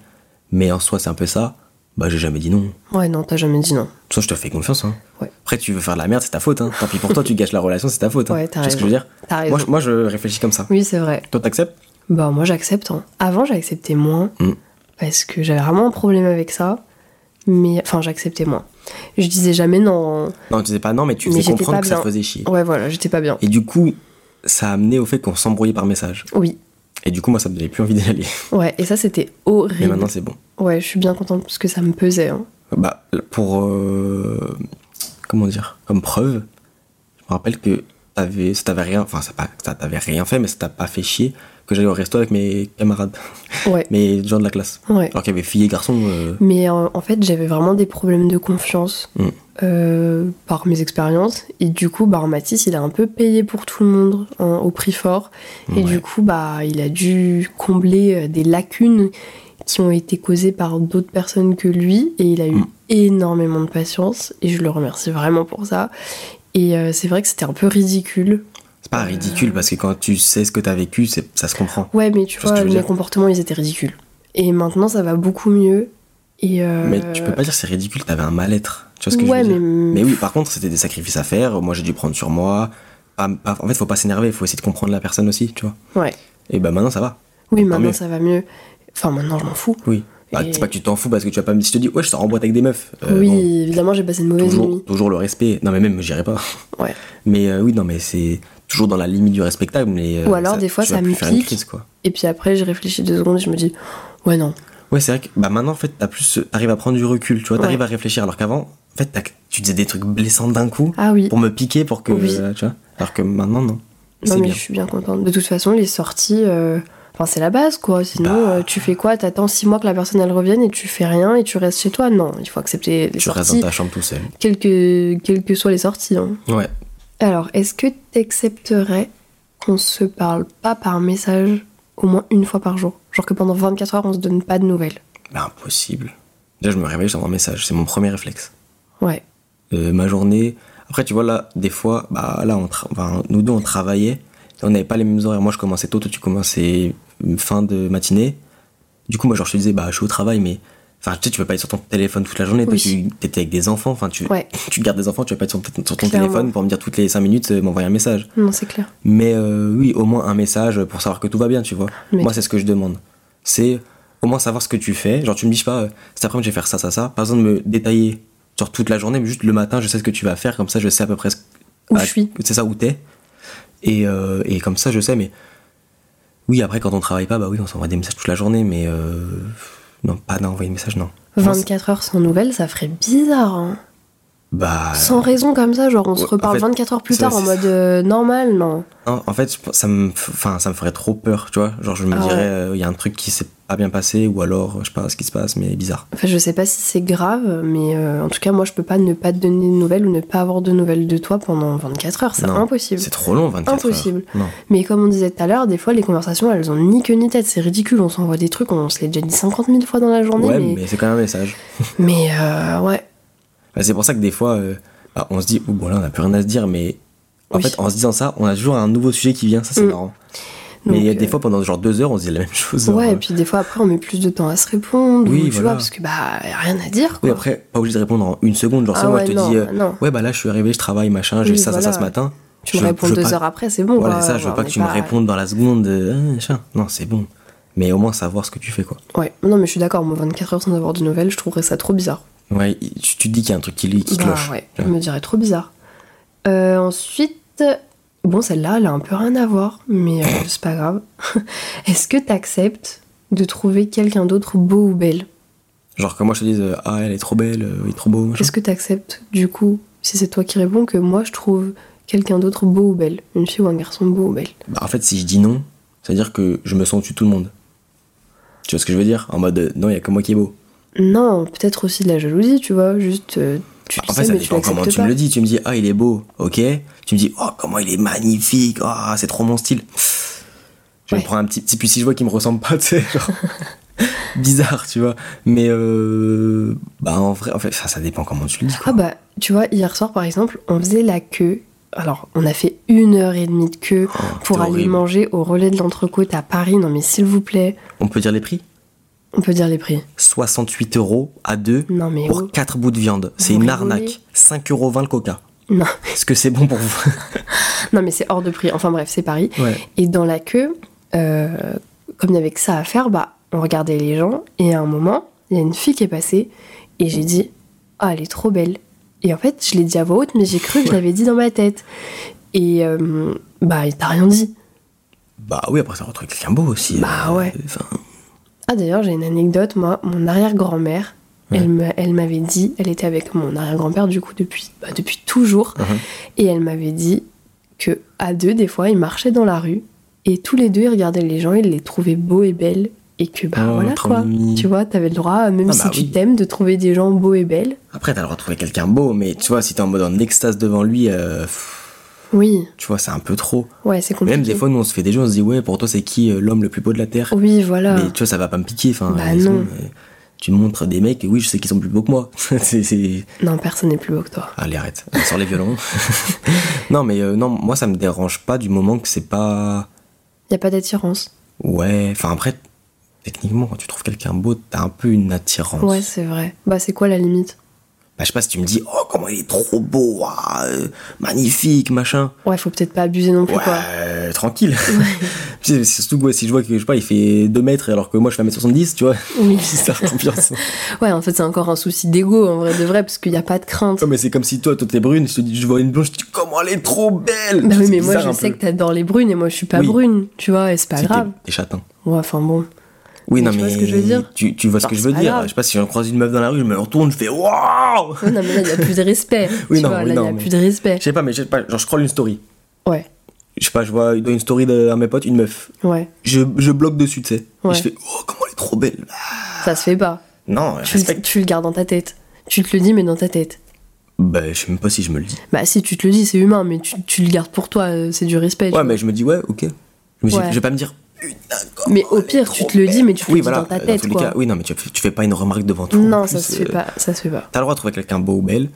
S2: Mais en soi, c'est un peu ça. Bah, j'ai jamais dit non. De toute
S1: Ouais, non, t'as jamais dit non.
S2: façon, je te fais confiance. Hein.
S1: Ouais.
S2: Après, tu veux faire de la merde, c'est ta faute. Hein. Tant pis pour toi, tu gâches la relation, c'est ta faute. hein.
S1: Ouais, t'as
S2: Tu vois ce que je
S1: raison.
S2: veux dire
S1: T'as raison.
S2: moi je, moi, je réfléchis comme ça.
S1: Oui, c'est vrai.
S2: Toi, t'acceptes
S1: Bah, moi, j'accepte. hein. Avant, j'acceptais moins.
S2: Mm.
S1: Parce que j'avais vraiment un problème avec ça. Mais, enfin, j'acceptais moins. Je disais jamais non.
S2: Non, tu disais pas non, mais tu
S1: Mais
S2: faisais
S1: j'étais
S2: comprendre
S1: pas
S2: que ça te
S1: bien.
S2: faisait chier.
S1: Ouais, voilà, j'étais pas bien.
S2: Et du coup, ça a amené au fait qu'on s'embrouillait par message.
S1: Oui.
S2: Et du coup, moi, ça me donnait plus envie d'y aller.
S1: Ouais, et ça, c'était
S2: Mais
S1: horrible.
S2: maintenant, c'est bon.
S1: Ouais, je suis bien contente parce que ça me pesait. hein.
S2: Bah, pour. euh, comment dire Comme preuve, je me rappelle que t'avais, ça t'avait rien. Enfin, ça, pas- ça t'avait rien fait, mais ça t'a pas fait chier que j'allais au resto avec mes camarades, [laughs]
S1: Ouais.
S2: mes gens de la classe.
S1: Ouais.
S2: Alors qu'il y avait filles et garçons. euh,
S1: Mais euh, en fait, j'avais vraiment des problèmes de confiance
S2: Mm.
S1: euh, par mes expériences. Et du coup, bah, Mathis, il a un peu payé pour tout le monde hein, au prix fort. Et
S2: Ouais.
S1: du coup, bah, il a dû combler euh, des lacunes qui ont été causées par d'autres personnes que lui. Et il a eu
S2: Mm.
S1: énormément de patience. Et je le remercie vraiment pour ça. Et euh, c'est vrai que c'était un peu ridicule.
S2: c'est pas ridicule parce que quand tu sais ce que t'as vécu, c'est, ça se comprend.
S1: Ouais, mais tu
S2: Je vois ce
S1: vois,
S2: que tu veux
S1: mes
S2: dire.
S1: comportements, ils étaient ridicules. Et maintenant, ça va beaucoup mieux. Et euh,
S2: Mais tu peux pas dire que c'est ridicule, t'avais un mal-être. Tu vois ce que
S1: ouais,
S2: je veux
S1: mais,
S2: dire Mais oui, par contre, c'était des sacrifices à faire. Moi, j'ai dû prendre sur moi. Pas- pas- en fait, faut pas s'énerver, faut essayer de comprendre la personne aussi, tu vois.
S1: Ouais.
S2: Et bah maintenant, ça va.
S1: Oui,
S2: Tant
S1: maintenant
S2: mieux.
S1: ça va mieux. Enfin, maintenant je m'en fous.
S2: Oui. Bah,
S1: Et-
S2: C'est pas que tu t'en fous parce que tu vas pas me dire, si je te dis, ouais, je sors en boîte avec des meufs. euh,
S1: oui,
S2: bon,
S1: évidemment, j'ai passé une mauvaise nuit.
S2: toujours, toujours le respect. Non, mais même, j'irai pas.
S1: Ouais.
S2: Mais euh, oui, non, mais c'est toujours dans la limite du respectable. Mais, euh,
S1: Ou alors, des fois,
S2: tu vas
S1: ça
S2: plus
S1: me
S2: faire une
S1: pique.
S2: crise, quoi.
S1: Et puis après, j'ai réfléchi deux secondes et je me dis, ouais, non.
S2: Ouais, c'est vrai que bah, maintenant, en fait, t'as plus, t'arrives à prendre du recul, tu vois, t'arrives
S1: Ouais.
S2: à réfléchir. Alors qu'avant, en fait, t'as- tu disais des trucs blessants d'un coup
S1: Ah oui,
S2: pour me piquer, pour que.
S1: Oui.
S2: euh, tu vois. Alors que maintenant, non.
S1: non,
S2: C'est
S1: mais
S2: bien.
S1: je suis bien contente. De toute façon, les sorties, euh, enfin, c'est la base quoi. Sinon,
S2: Bah.
S1: euh, tu fais quoi T'attends six mois que la personne elle revienne et tu fais rien et tu restes chez toi Non, il faut accepter les
S2: Tu restes dans
S1: sorties,
S2: ta chambre tout seul.
S1: quelles que, quelles que soient les sorties. hein.
S2: Ouais.
S1: Alors, est-ce que t'accepterais qu'on se parle pas par message au moins une fois par jour Genre que pendant 24 heures, on se donne pas de nouvelles
S2: Bah, impossible. Déjà, je me réveille, j'envoie un message. C'est mon premier réflexe.
S1: Ouais,
S2: Euh, ma journée. Après, tu vois, là, des fois, bah, là, on tra- enfin, nous deux, on travaillait. On n'avait pas les mêmes horaires. Moi, je commençais tôt, toi, tu commençais euh, fin de matinée. Du coup, moi, genre, je te disais, bah, je suis au travail, mais. Enfin, tu sais, tu peux pas être sur ton téléphone toute la journée. Toi,
S1: Oui.
S2: tu étais avec des enfants. Enfin, tu,
S1: Ouais.
S2: tu gardes des enfants, tu vas pas être sur, ton- sur ton
S1: Clairement.
S2: téléphone pour me dire toutes les 5 minutes, euh, m'envoyer un message.
S1: non, c'est clair.
S2: Mais euh, oui, au moins un message pour savoir que tout va bien, tu vois.
S1: Mais-
S2: Moi, c'est ce que je demande. C'est au moins savoir ce que tu fais. Genre, tu me dis je sais pas, euh, cet après-midi, je vais faire ça, ça, ça. Pas besoin de me détailler sur toute la journée, mais juste le matin, je sais ce que tu vas faire. Comme ça, je sais à peu près ce-
S1: Où
S2: à-
S1: je suis.
S2: C'est ça, où t'es. Et, euh, et comme ça, je sais, mais oui, après, quand on travaille pas, bah oui, on s'envoie des messages toute la journée, mais euh, non, pas d'envoyer de message, non.
S1: 24 heures sans nouvelles, ça ferait bizarre. hein.
S2: Bah.
S1: Sans raison comme ça, genre on se
S2: ouais, en
S1: reparle
S2: fait,
S1: 24 heures plus
S2: c'est-
S1: tard en
S2: c'est-
S1: mode euh, normal, non.
S2: Non, en fait, je pense- ça me, f- enfin, ça me ferait trop peur, tu vois. Genre, je me
S1: Ah ouais.
S2: dirais, euh, il y a un truc qui s'est pas bien passé, ou alors, je sais pas ce qui se passe, mais bizarre.
S1: Enfin, je sais pas si c'est grave, mais euh, en tout cas, moi je peux pas ne pas te donner de nouvelles ou ne pas avoir de nouvelles de toi pendant 24 heures, c'est
S2: Non,
S1: impossible.
S2: C'est trop long, 24
S1: Impossible.
S2: heures. Non.
S1: Mais comme on disait tout à l'heure, des fois les conversations elles ont ni queue ni tête, c'est ridicule, on s'envoie des trucs, on se les a déjà dit 50 000 fois dans la journée,
S2: ouais, mais,
S1: mais.
S2: c'est quand même un message.
S1: Mais euh, ouais,
S2: Bah, c'est pour ça que des fois, euh, bah, on se dit, oh, bon, là, on a plus rien à se dire, mais en
S1: Oui.
S2: fait, en se disant ça, on a toujours un nouveau sujet qui vient, ça, c'est
S1: Mm.
S2: marrant.
S1: Donc,
S2: Mais il y a des
S1: euh,
S2: fois, pendant genre deux heures, on se dit la même chose. genre,
S1: ouais,
S2: euh,
S1: et puis des fois après on met plus de temps à se répondre,
S2: Oui,
S1: ou tu
S2: voilà.
S1: vois, parce que bah y a rien à dire quoi.
S2: Oui, après, pas obligé de répondre en une seconde. Genre,
S1: Ah
S2: si moi,
S1: ouais,
S2: je te
S1: non,
S2: dis, euh,
S1: non.
S2: ouais, bah là, je suis arrivé, je travaille, machin, j'ai
S1: Oui,
S2: ça, ça, ça
S1: voilà.
S2: ce matin.
S1: tu me
S2: je-
S1: réponds
S2: je
S1: deux
S2: veux pas-
S1: heures après, c'est bon
S2: Voilà,
S1: quoi.
S2: ça, je veux
S1: Ouais,
S2: pas
S1: on
S2: que
S1: est
S2: tu me répondes dans la seconde. euh, Ah, machin. Non, c'est bon. Mais au moins savoir ce que tu fais, quoi.
S1: Ouais, non mais je suis d'accord, moi 24 heures sans avoir de nouvelles, je trouverais ça trop bizarre.
S2: Ouais, il- tu, tu te dis qu'il y a un truc qui lui qui
S1: Bah
S2: cloche.
S1: ouais,
S2: Ouais.
S1: je me dirais trop bizarre. Euh, ensuite, bon, celle-là, elle a un peu rien à voir, mais euh,
S2: [coughs]
S1: c'est pas grave. [laughs] Est-ce que t'acceptes de trouver quelqu'un d'autre beau ou belle
S2: Genre que moi je te dise euh, ah elle est trop belle, euh, il est trop beau, machin.
S1: Est-ce que t'acceptes, du coup, si c'est toi qui réponds, que moi je trouve quelqu'un d'autre beau ou belle Une fille ou un garçon beau ou belle
S2: Bah, en fait si je dis non, ça veut dire que je me sens au-dessus de tout le monde. Tu vois ce que je veux dire En mode euh, non il y a que moi qui est beau.
S1: Non, peut-être aussi de la jalousie, tu vois, juste. euh, tu
S2: Bah,
S1: le
S2: en fait
S1: sais,
S2: ça
S1: mais tu
S2: dépend comment
S1: l'acceptes
S2: tu
S1: pas.
S2: me le dis. Tu me dis ah il est beau, ok. Tu me dis oh comment il est magnifique, ah c'est trop mon style. Je vais
S1: Ouais.
S2: me prends un petit, petit puis si je vois qu'il me ressemble pas, [laughs] tu sais genre bizarre tu vois. Mais euh, bah en vrai en fait ça, ça dépend comment tu le dis.
S1: Ah
S2: Quoi.
S1: bah, tu vois, hier soir par exemple, on faisait la queue. Alors, on a fait une heure et demie de queue
S2: Oh,
S1: pour
S2: c'est
S1: aller
S2: horrible.
S1: manger au relais de l'entrecôte à Paris. Non mais s'il vous plaît,
S2: On peut dire les prix
S1: on peut dire les prix.
S2: 68 euros à deux
S1: Non mais oh.
S2: pour 4 bouts de viande. C'est
S1: Vous
S2: une
S1: rigolez
S2: arnaque. 5,20 euros le coca.
S1: non, [laughs]
S2: Est-ce que c'est bon pour vous
S1: non mais c'est hors de prix. Enfin bref, c'est Paris.
S2: Ouais.
S1: Et dans la queue, euh, comme il y avait que ça à faire, bah on regardait les gens et à un moment, il y a une fille qui est passée et j'ai dit "Ah, elle est trop belle." Et en fait, je l'ai dit à voix haute mais j'ai cru que je l'avais dit dans ma tête. Et euh, bah, il t'a rien dit.
S2: Bah oui, après ça retrouve quelqu'un beau aussi.
S1: Bah ouais.
S2: enfin,
S1: Ah d'ailleurs j'ai une anecdote, moi, mon arrière-grand-mère,
S2: Ouais.
S1: elle m'a- elle m'avait dit, elle était avec mon arrière-grand-père du coup depuis, bah, depuis toujours,
S2: Mhm.
S1: et elle m'avait dit que à deux des fois ils marchaient dans la rue et tous les deux ils regardaient les gens, ils les trouvaient beaux et belles et que bah
S2: Oh,
S1: voilà
S2: trop
S1: quoi,
S2: mimi.
S1: tu vois, t'avais le droit même
S2: Ah,
S1: si
S2: bah
S1: tu
S2: oui.
S1: t'aimes de trouver des gens beaux et belles.
S2: Après, t'as le droit de trouver quelqu'un beau, mais tu vois, si t'es en mode en extase devant lui, euh, pff,
S1: Oui,
S2: tu vois, c'est un peu trop.
S1: ouais c'est compliqué.
S2: Même des fois, nous on se fait des jeux, on se dit, ouais, pour toi, c'est qui euh, l'homme le plus beau de la Terre
S1: Oui voilà.
S2: Mais tu vois, ça va pas me piquer. Enfin,
S1: Oh, Bah
S2: ils sont,
S1: non.
S2: euh, tu me montres des mecs, et oui, je sais qu'ils sont plus beaux que moi. [laughs] c'est. c'est-
S1: Non personne n'est plus beau que toi.
S2: Allez, arrête, sors les violons. [laughs] non, mais euh, non, moi, ça me dérange pas du moment que c'est pas.
S1: Y a pas d'attirance.
S2: Ouais, enfin après, techniquement, quand tu trouves quelqu'un beau, t'as un peu une attirance.
S1: Ouais c'est vrai. Bah c'est quoi la limite
S2: Bah, je sais pas si tu me dis, oh, comment il est trop beau, ah, euh, magnifique, machin.
S1: Ouais faut peut-être pas abuser non plus
S2: Ouais,
S1: quoi.
S2: euh, tranquille. Puis, [laughs] c'est surtout que ouais, si je vois que, je sais pas, il fait 2 mètres alors que moi je fais 1m70, tu vois, [laughs]
S1: Oui.
S2: bizarre confiance.
S1: [laughs] Ouais, en fait, c'est encore un souci d'ego, en vrai de vrai, parce qu'il n'y a pas de crainte.
S2: Non, mais c'est comme si toi, toi t'es brune, je te dis, je vois une blonde, je te dis, comment elle est trop belle.
S1: Bah oui,
S2: C'est
S1: mais moi,
S2: bizarre
S1: je
S2: un
S1: sais
S2: peu.
S1: que t'adores les brunes et moi, je suis pas
S2: Oui.
S1: brune, tu vois, et c'est pas
S2: Si, t'es-
S1: grave.
S2: T'es châtain.
S1: Ouais, enfin
S2: [laughs]
S1: bon.
S2: Oui,
S1: Mais
S2: non,
S1: tu
S2: mais.
S1: vois ce que je veux dire
S2: Tu, tu vois ce
S1: Bah,
S2: que je
S1: c'est
S2: veux
S1: pas
S2: dire.
S1: grave.
S2: Je sais pas si j'en croise une meuf dans la rue, je me retourne, je fais, waouh
S1: Ouais, non, mais là, il n'y a plus de respect.
S2: Oui,
S1: tu
S2: non,
S1: vois,
S2: oui,
S1: là, il n'y
S2: non,
S1: a
S2: mais-
S1: plus de respect.
S2: Je sais pas, mais je sais pas, genre, je scroll une story.
S1: Ouais,
S2: je sais pas, je vois dans une story d'un de mes potes, une meuf.
S1: ouais,
S2: Je, je bloque dessus, tu sais.
S1: Ouais.
S2: Et je fais, oh, comment elle est trop belle. Ah,
S1: ça se fait pas.
S2: Non,
S1: Tu, le-
S2: respecte.
S1: tu le gardes dans ta tête. Tu te le dis, mais dans ta tête.
S2: Bah, je sais même pas si je me le dis.
S1: Bah, si tu te le dis, c'est humain, mais tu, tu le gardes pour toi, euh, c'est du respect. tu vois.
S2: Ouais, mais je me dis, ouais, ok. Je, me dis,
S1: Ouais.
S2: je vais pas me dire, putain, comment
S1: Mais au
S2: elle est
S1: pire,
S2: trop
S1: tu te le
S2: belle.
S1: dis, mais tu te
S2: oui,
S1: le dis
S2: voilà,
S1: dans ta tête,
S2: tous les
S1: quoi.
S2: cas, oui, non, mais tu, tu fais pas une remarque devant toi. en
S1: Non,
S2: plus,
S1: ça se
S2: euh,
S1: fait pas, ça se fait pas.
S2: T'as le droit de trouver quelqu'un beau ou belle,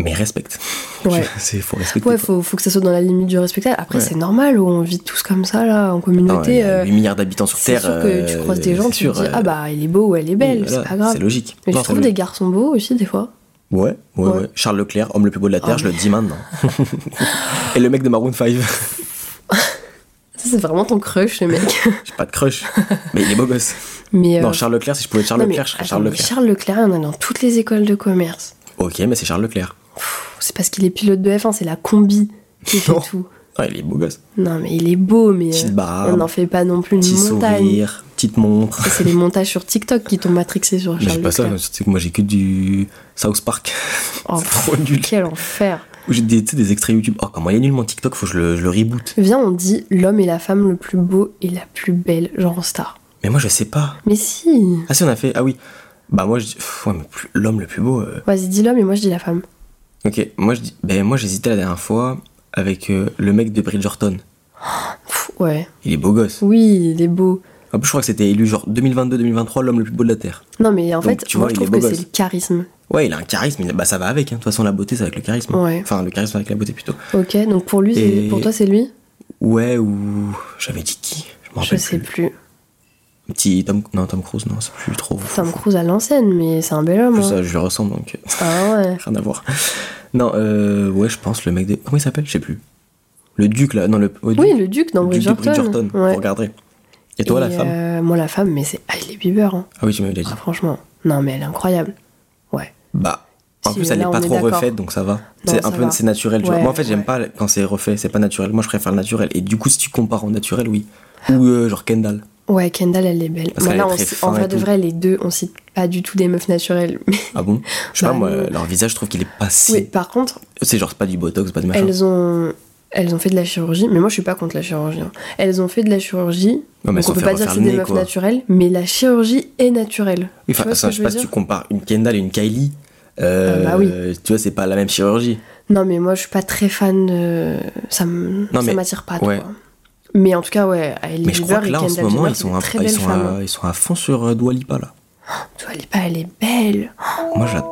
S2: mais respecte.
S1: Ouais.
S2: C'est, faut respecter.
S1: Ouais,
S2: quoi.
S1: faut, faut que ça soit dans la limite du respectable. Après,
S2: Ouais. Ah
S1: c'est normal, on vit tous comme ça, là, en
S2: Non, il y
S1: communauté.
S2: a
S1: euh,
S2: 8 milliards d'habitants sur
S1: C'est
S2: Terre.
S1: sûr que tu
S2: euh,
S1: croises des gens,
S2: c'est
S1: tu te
S2: sûr,
S1: dis ah
S2: euh,
S1: bah il est beau ou elle est belle,
S2: oui, voilà,
S1: c'est pas grave.
S2: C'est logique.
S1: Mais tu
S2: Non, c'est
S1: trouves des
S2: logique.
S1: garçons beaux aussi des fois.
S2: Ouais, ouais,
S1: Ouais.
S2: ouais. Charles Leclerc, homme le plus beau de la Terre,
S1: Ah,
S2: je le
S1: [laughs]
S2: dis maintenant. Et le mec de Maroon 5,
S1: Ça c'est vraiment ton crush le mec.
S2: [laughs]
S1: [laughs]
S2: j'ai pas de crush, mais il est beau gosse.
S1: Mais euh,
S2: Non, Charles Leclerc, si je pouvais être Charles
S1: non, mais
S2: Leclerc, je serais
S1: attends,
S2: Charles
S1: mais
S2: Leclerc.
S1: Charles Leclerc, il y en a dans toutes les écoles de commerce.
S2: Ok, mais c'est Charles Leclerc.
S1: Pff, C'est parce qu'il est pilote de F1, c'est la combi qui fait
S2: Non.
S1: tout.
S2: Ah, il est beau gosse.
S1: Non, mais il est beau, mais
S2: Petite
S1: euh,
S2: barbe,
S1: on n'en fait pas non plus
S2: petit
S1: une montagne.
S2: sourire, petite montre.
S1: Ça, C'est les montages sur TikTok qui t'ont matrixé sur
S2: Mais j'ai
S1: Charles
S2: pas ça,
S1: Leclerc.
S2: tu sais que moi j'ai que du South Park. [laughs]
S1: Oh,
S2: c'est trop nul.
S1: Quel enfer.
S2: Ou J'ai des, tu sais, des extraits YouTube. Oh, comment il est nul mon TikTok, faut que je le, je le reboot.
S1: Viens, on dit l'homme et la femme le plus beau et la plus belle, genre en star.
S2: Mais moi je sais pas.
S1: Mais si
S2: Ah si, on a fait. Ah oui. Bah moi je dis. pff, Ouais, mais plus- l'homme le plus beau. euh.
S1: Vas-y, dis l'homme et moi je dis la femme.
S2: Ok, moi je dis. Ben moi j'hésitais la dernière fois avec euh, le mec de Bridgerton.
S1: Pff, ouais.
S2: Il est beau gosse.
S1: Oui, il est beau.
S2: En plus, je crois que c'était élu genre 2022-2023 l'homme le plus beau de la Terre.
S1: Non, mais en
S2: Donc,
S1: fait,
S2: tu
S1: moi
S2: vois,
S1: je
S2: il
S1: trouve
S2: est
S1: que
S2: beau
S1: c'est le
S2: gosse.
S1: charisme.
S2: Ouais, il a un charisme, il a- bah ça va avec. hein. De toute façon, la beauté, c'est avec le charisme.
S1: Ouais.
S2: Enfin, le charisme avec la beauté plutôt.
S1: Ok, donc pour lui, c'est-
S2: Et-
S1: pour toi, c'est lui
S2: Ouais, ou. J'avais dit qui Je m'en
S1: Je
S2: rappelle
S1: sais
S2: plus.
S1: plus.
S2: Petit Tom. Non, Tom Cruise, non, c'est plus trop.
S1: Tom Cruise à l'ancienne, mais c'est un bel homme.
S2: Plus
S1: hein.
S2: ça, je le ressemble donc. euh, [laughs]
S1: Ah ouais.
S2: Rien à voir. Non, euh, ouais, je pense le mec de. Comment il s'appelle Je sais plus. Le duc là. Non, le. ouais,
S1: Oui,
S2: duc.
S1: le duc dans
S2: Le duc de
S1: Bridgerton.
S2: Bridgerton.
S1: Ouais.
S2: Vous regarderez. Et toi, la
S1: Et,
S2: femme
S1: euh, Moi, la femme, mais c'est Hailey Bieber. hein.
S2: Ah oui, tu m'avais déjà
S1: Ah,
S2: dit.
S1: franchement. Non, mais elle est incroyable. Ouais.
S2: Bah. En
S1: Si,
S2: plus, elle
S1: là,
S2: est
S1: on
S2: pas
S1: est
S2: trop
S1: d'accord.
S2: refaite, donc ça va.
S1: Non,
S2: C'est
S1: ça
S2: un peu,
S1: va.
S2: c'est naturel. tu vois.
S1: Ouais,
S2: Moi, en fait, j'aime
S1: ouais.
S2: pas quand c'est refait, c'est pas naturel. Moi, je préfère le naturel. Et du coup, si tu compares au naturel, oui. Ou euh, genre Kendall.
S1: Ouais, Kendall, elle est belle.
S2: Parce
S1: Bon,
S2: qu'elle
S1: là,
S2: est
S1: on
S2: très
S1: cite-
S2: fin
S1: en
S2: et
S1: vrai de
S2: tout.
S1: vrai, les deux, on cite pas du tout des meufs naturelles. [laughs] Mais
S2: Ah bon Je sais
S1: Bah,
S2: pas, moi,
S1: non.
S2: leur visage, je trouve qu'il est pas si.
S1: oui, par contre,
S2: C'est genre c'est pas du botox, pas du machin.
S1: elles ont. Elles ont fait de la chirurgie, mais moi je suis pas contre la chirurgie. hein. Elles ont fait de la chirurgie,
S2: Non, mais
S1: donc
S2: elles
S1: on
S2: ont
S1: peut
S2: fait
S1: pas dire que
S2: refaire
S1: c'est
S2: le
S1: des
S2: nez,
S1: meufs
S2: quoi.
S1: naturelles, mais la chirurgie est naturelle.
S2: Oui, enfin,
S1: tu vois ce
S2: ça,
S1: que je
S2: je sais
S1: veux
S2: pas si
S1: dire
S2: tu compares une Kendall et une Kylie. euh,
S1: Ah bah oui.
S2: Tu vois, c'est pas la même chirurgie.
S1: Non, mais moi je suis pas très fan de. Ça me-
S2: Non,
S1: ça
S2: mais-
S1: m'attire pas,
S2: ouais.
S1: toi. Mais en tout cas, ouais, Hailey
S2: Mais je crois
S1: Bieber
S2: que
S1: et
S2: là, en ce
S1: Kendall
S2: moment,
S1: Jenner,
S2: ils
S1: c'est
S2: sont,
S1: des
S2: à,
S1: très
S2: ils,
S1: belles
S2: sont
S1: femmes. hein.
S2: à, ils sont à fond sur euh, Dua Lipa, là.
S1: Toi, elle est pas, elle est belle. [laughs]
S2: Moi, je la.